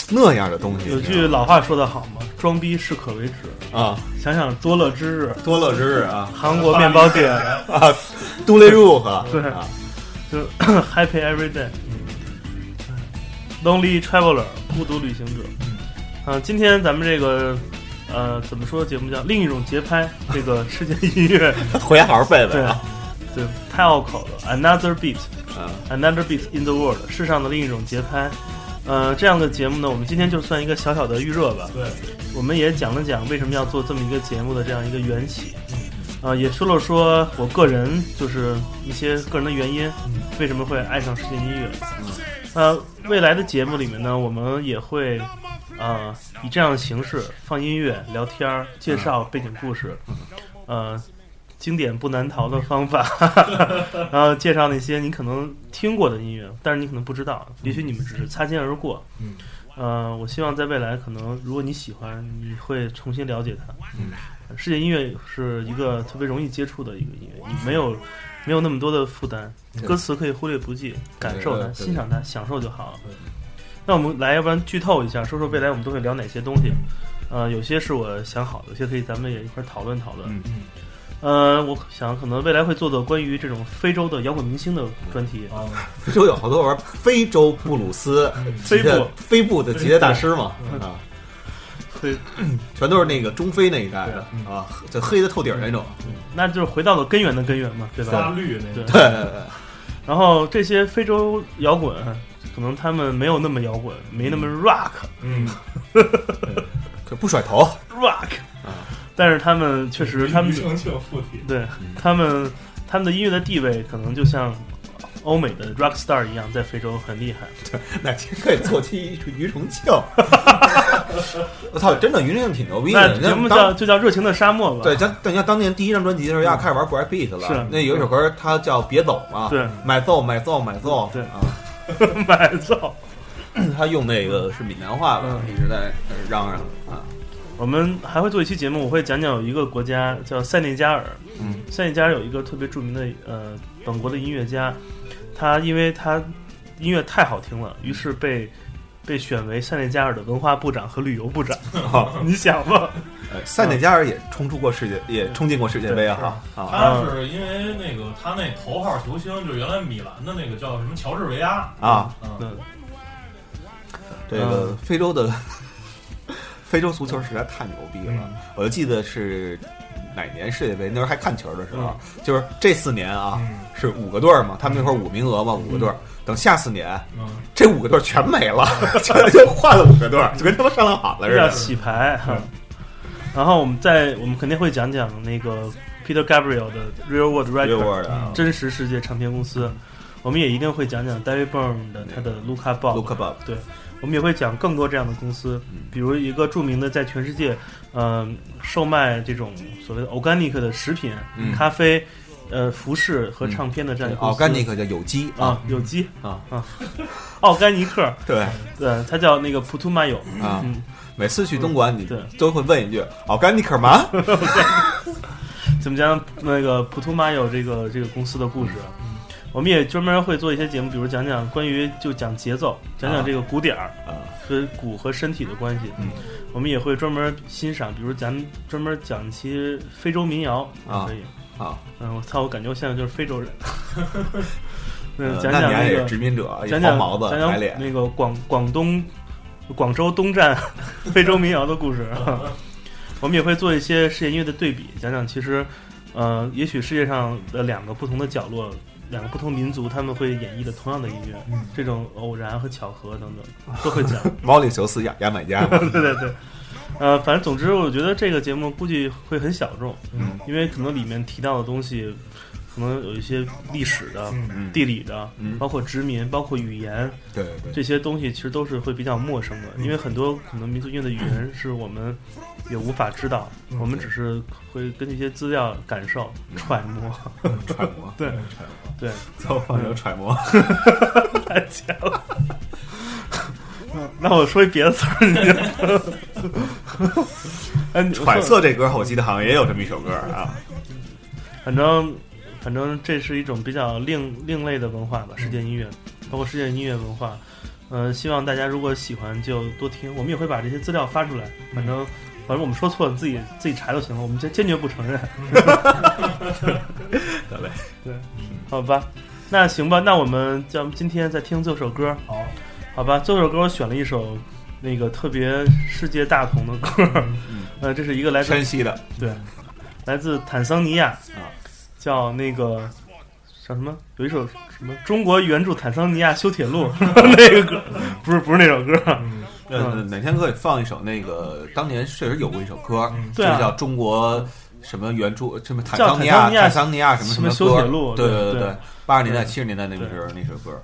Speaker 1: 那样的东西。
Speaker 3: 有句老话说得好嘛，“装逼适可为止
Speaker 1: 啊，”。
Speaker 3: 想想多乐之日，
Speaker 1: 多乐之日啊
Speaker 3: 韩国面包店
Speaker 1: 啊，杜雷入哈，
Speaker 3: 对
Speaker 1: 啊，
Speaker 3: 就是 Happy Every Day。Lonely Traveler，孤独旅行者。嗯、今天咱们这个呃，怎么说节目叫另一种节拍，这个世界音乐，
Speaker 1: 回家好好背背
Speaker 3: 对
Speaker 1: 啊。
Speaker 3: 对，太拗口了，Another Beat。
Speaker 1: 嗯，
Speaker 3: Another Beat in the World，世上的另一种节拍。呃，这样的节目呢，我们今天就算一个小小的预热吧。
Speaker 2: 对，
Speaker 3: 我们也讲了讲为什么要做这么一个节目的这样一个缘起，啊、也说了说我个人就是一些个人的原因，为什么会爱上世界音乐。呃，未来的节目里面呢，我们也会呃以这样的形式放音乐、聊天儿、介绍背景故事，呃，经典不难逃的方法， 然后介绍那些你可能听过的音乐，但是你可能不知道，也许你们只是擦肩而过。
Speaker 1: 嗯，
Speaker 3: 呃，我希望在未来可能，如果你喜欢，你会重新了解它。嗯，世界音乐是一个特别容易接触的一个音乐，你没有没有那么多的负担，歌词可以忽略不计，感受
Speaker 1: 对
Speaker 3: 它、
Speaker 1: 对对
Speaker 3: 欣赏它、享受就好了。那我们来，要不然剧透一下，说说未来我们都会聊哪些东西？呃，有些是我想好的，有些可以咱们也一块儿讨论讨论。
Speaker 1: 嗯
Speaker 3: 呃，我想可能未来会做做关于这种非洲的摇滚明星的专题。
Speaker 1: 哦
Speaker 2: 啊，
Speaker 1: 非洲有好多玩非洲布鲁斯
Speaker 3: 非
Speaker 1: 吉他
Speaker 3: 嗯布
Speaker 1: 非布的吉他大师嘛
Speaker 2: 嗯
Speaker 1: 啊，
Speaker 3: 对，嗯
Speaker 1: 全都是那个中非那一代的啊，就黑的透底儿那种。
Speaker 3: 那就是回到了根源的根源嘛，对
Speaker 2: 发
Speaker 3: 吧？
Speaker 2: 绿那
Speaker 3: 对
Speaker 2: 个，
Speaker 1: 对对对
Speaker 3: 然后这些非洲摇滚，可能他们没有那么摇滚，没那么 rock
Speaker 2: 嗯，
Speaker 1: 可不甩头，
Speaker 3: rock
Speaker 1: 啊，
Speaker 3: 但是他们确实，他们
Speaker 2: 庾澄庆附体，
Speaker 3: 对他们他们的音乐的地位，可能就像欧美的 rock star 一样，在非洲很厉害。
Speaker 1: 哪天可以做期庾澄庆？ 我操，真的庾澄庆挺牛逼的。
Speaker 3: 那
Speaker 1: 人家
Speaker 3: 节目
Speaker 1: 当
Speaker 3: 叫就叫《热情的沙漠》吧。
Speaker 1: 对，咱等一下，当年第一张专辑的时候，丫开始玩 break beat 了。
Speaker 3: 是
Speaker 1: 那有一首歌，它叫《别走》嘛。
Speaker 3: 对，
Speaker 1: 买奏，买奏，买奏。
Speaker 3: 对
Speaker 1: 啊，
Speaker 3: 买造。
Speaker 1: 他用那个是闽南话吧，一直在呃嚷嚷啊。
Speaker 3: 我们还会做一期节目，我会讲讲有一个国家叫塞内加尔。
Speaker 1: 嗯，
Speaker 3: 塞内加尔有一个特别著名的呃本国的音乐家，他因为他音乐太好听了，于是被被选为塞内加尔的文化部长和旅游部长。 你想吧，
Speaker 1: 呃塞内加尔也冲出过世界，也冲进过世界杯啊！啊，
Speaker 2: 他是因为那个他那头号球星就是原来米兰的那个叫什么乔治维亚
Speaker 1: 啊，嗯
Speaker 2: 嗯，
Speaker 3: 嗯，
Speaker 1: 这个非洲的 非洲足球实在太牛逼了。我就记得是哪年世界杯，那时候还看球的时候，就是这四年啊，
Speaker 2: 嗯
Speaker 1: 是五个队儿嘛，他们那会儿五名额嘛，五个队儿。等下四年，
Speaker 2: 嗯，
Speaker 1: 这五个队儿全没了，全 就换了五个队儿，就跟他们商量好了似
Speaker 3: 要
Speaker 1: 的。
Speaker 3: 洗牌。然后我们再我们肯定会讲讲那个 Peter Gabriel 的 Real World 啊嗯 Record，
Speaker 1: 六味的
Speaker 3: 真实世界唱片公司，我们也一定会讲讲 David Byrne 的他的嗯 Luca b o
Speaker 1: 卢克鲍，
Speaker 3: 对，我们也会讲更多这样的公司，
Speaker 1: 嗯
Speaker 3: 比如一个著名的在全世界，嗯、售卖这种所谓的 organic 的食品、
Speaker 1: 嗯
Speaker 3: 咖啡、呃，服饰和唱片的这样一个公
Speaker 1: 哦，
Speaker 3: 司。
Speaker 1: 干尼克叫有机
Speaker 3: 啊， 有机
Speaker 1: 啊，
Speaker 3: 奥甘尼克，
Speaker 1: 对
Speaker 3: 对，它叫那个普图马友，
Speaker 1: 啊
Speaker 3: 嗯，
Speaker 1: 每次去东莞，你
Speaker 3: 对
Speaker 1: 都会问一句“哦，干尼克吗
Speaker 3: 怎么讲那个普图马友这个这个公司的故事。啊我们也专门会做一些节目，比如讲讲关于就讲节奏，讲讲这个鼓点儿，”
Speaker 1: 啊，
Speaker 3: 和骨和身体的关系。
Speaker 1: 嗯，
Speaker 3: 我们也会专门欣赏，比如咱们专门讲一期非洲民谣
Speaker 1: 啊
Speaker 3: 可以。
Speaker 1: 好，
Speaker 3: 嗯，我操，我感觉我现在就是非洲人。 嗯，
Speaker 1: 呃
Speaker 3: 讲
Speaker 1: 那
Speaker 3: 讲
Speaker 1: 你还
Speaker 3: 个
Speaker 1: 是殖，民者，一
Speaker 3: 讲
Speaker 1: 黄
Speaker 3: 讲
Speaker 1: 毛子
Speaker 3: 讲
Speaker 1: 白
Speaker 3: 讲
Speaker 1: 脸，
Speaker 3: 那个广广东、广州东站非洲民谣 的故事。我们也会做一些世界音乐的对比，讲讲其实，呃，也许世界上的两个不同的角落。两个不同民族，他们会演绎的同样的音乐，
Speaker 2: 嗯
Speaker 3: 这种偶然和巧合等 等都会讲。
Speaker 1: 毛里求斯牙牙买 加嘛，
Speaker 3: 对对对，呃，反正总之，我觉得这个节目估计会很小众，
Speaker 2: 嗯，
Speaker 3: 因为可能里面提到的东西，可能有一些历史的、
Speaker 2: 嗯
Speaker 3: 地理的，
Speaker 1: 嗯
Speaker 3: 包括殖民、包括语言
Speaker 1: 对对对，
Speaker 3: 这些东西，其实都是会比较陌生的，因为很多可能民族音乐的语言是我们也无法知道，我们只是会根据一些资料感受、揣摩。
Speaker 1: 揣摩，
Speaker 3: 对对，
Speaker 1: 造反有 揣摩，
Speaker 3: 太假了。 那我说一别的词儿，你就。 哎，你
Speaker 1: 揣测这歌，我记得好像也有这么一首歌啊，
Speaker 3: 反正反正这是一种比较另另类的文化吧，世界音乐，包括世界音乐文化。嗯、希望大家如果喜欢就多听，我们也会把这些资料发出来。反正反正我们说错了，你自己自己查就行了，我们坚坚决不承认。
Speaker 1: 得嘞，
Speaker 3: 对，好吧，那行吧，那我们咱们今天再听这首歌，
Speaker 2: 好，
Speaker 3: 好吧？这首歌我选了一首那个特别世界大同的歌儿， 呃，这是一个来自
Speaker 1: 山西的
Speaker 3: 对，来自坦桑尼亚
Speaker 1: 啊，
Speaker 3: 叫那个叫什么？有一首什么“中国援助坦桑尼亚修铁路”那个歌，不是不是那首歌，嗯
Speaker 1: 呃，哪天可以放一首那个当年确实有过一首歌，就
Speaker 3: 对啊
Speaker 1: 是叫中国什么援助什么坦
Speaker 3: 叫
Speaker 1: 桑尼
Speaker 3: 坦桑尼亚
Speaker 1: 亚坦桑尼亚什么
Speaker 3: 什
Speaker 1: 什
Speaker 3: 么
Speaker 1: 么
Speaker 3: 修
Speaker 1: 歌
Speaker 3: 铁路
Speaker 1: 对
Speaker 3: 对
Speaker 1: 对
Speaker 3: 对，
Speaker 1: 八十年代
Speaker 3: 对
Speaker 1: 七十年代那个时候那首歌，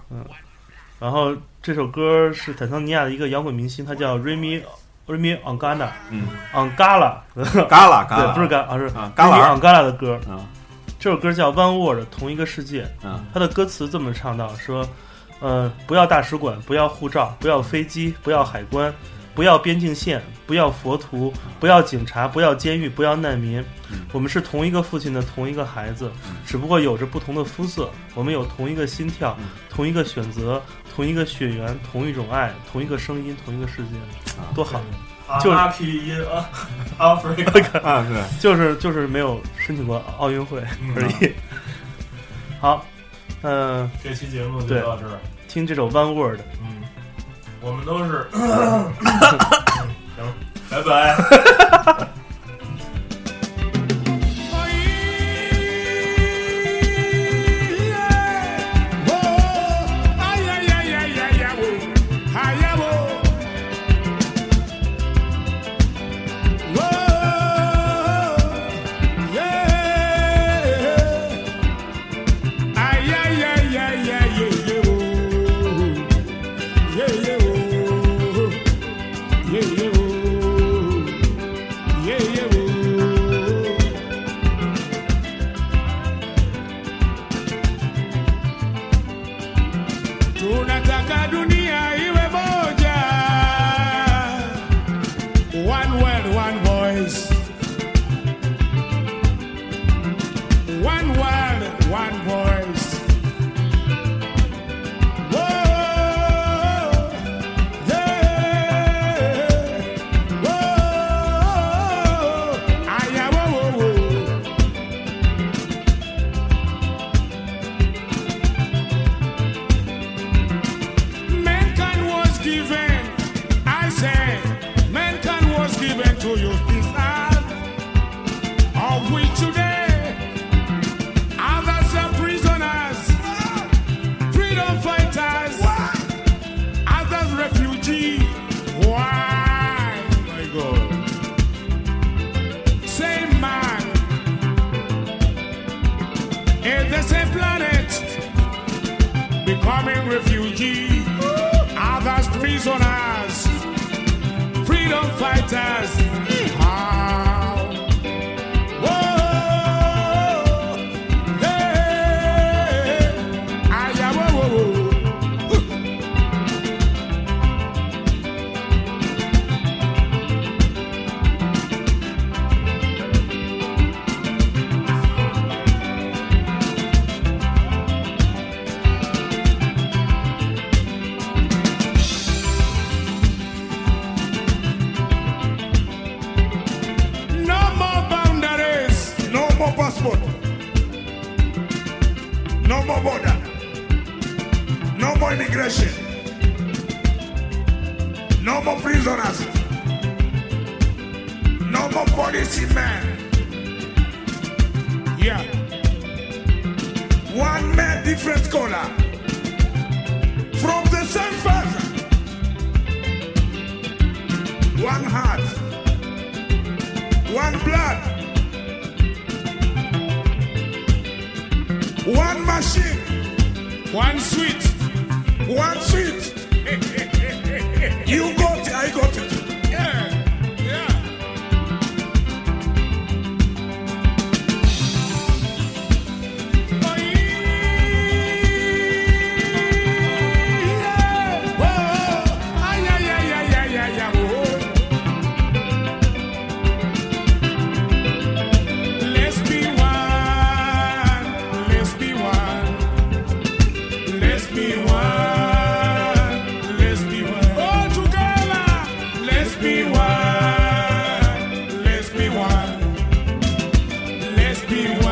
Speaker 3: 然后这首歌是坦桑尼亚的一个摇滚明星，他叫 Remy Remy Ongana
Speaker 1: 嗯，
Speaker 3: Ongala，
Speaker 1: 嘎啦嘎
Speaker 3: 对，
Speaker 1: 啦，
Speaker 3: 不是嘎，而是
Speaker 1: 啊旮旯
Speaker 3: Remy Ongala 的歌。
Speaker 1: 嗯
Speaker 3: 这首歌叫《One World》，同一个世界。
Speaker 1: 嗯
Speaker 3: 他的歌词这么唱到说，呃，不要大使馆，不要护照，不要飞机，不要海关，不要边境线，不要佛图，不要警察，不要监狱，不要难民。
Speaker 1: 嗯
Speaker 3: 我们是同一个父亲的同一个孩子，只不过有着不同的肤色。我们有同一个心跳，
Speaker 1: 嗯
Speaker 3: 同一个选择，同一个血缘，同一种爱，同一个声音，同一个世界，
Speaker 1: 啊
Speaker 3: 多好！就是
Speaker 2: Anarchy in Africa，
Speaker 1: 啊对，
Speaker 3: 就是就是没有申请过奥运会而已。好，嗯、
Speaker 2: 这期节目就到这儿。
Speaker 3: 听这首《One Word》。
Speaker 2: 嗯，我们都 是，嗯行，拜拜。
Speaker 6: Tunataka dunia iwe moja. One world, one voice. One world, one voice. Whoa, yeah. Whoa, aya, whoa, whoa, whoa. mankind was given. I say, mankind was given to use this earth, of which today others are prisoners, freedom fighters, others refugees. Why, my God? Same man, in the same planet becoming refugees, others prisoners, freedom fighters. Ah. How? Whoa, hey, ah, yeah, whoa, whoa, whoa. No more boundaries. No more passport. No more border. No more immigration. No more prisoners. No more policemen. Yeah. One man, different color. From the same father. One heart one blood, one machine, one sweet, one sweet. you got it, I got it. Yeah, yeah. Oh, ay, ay, ay, ay, ay, ay, ay, oh. Let's be one. Let's be one. Let's be one. Let's be one. All together. Let's be one. Let's be one. Let's be one.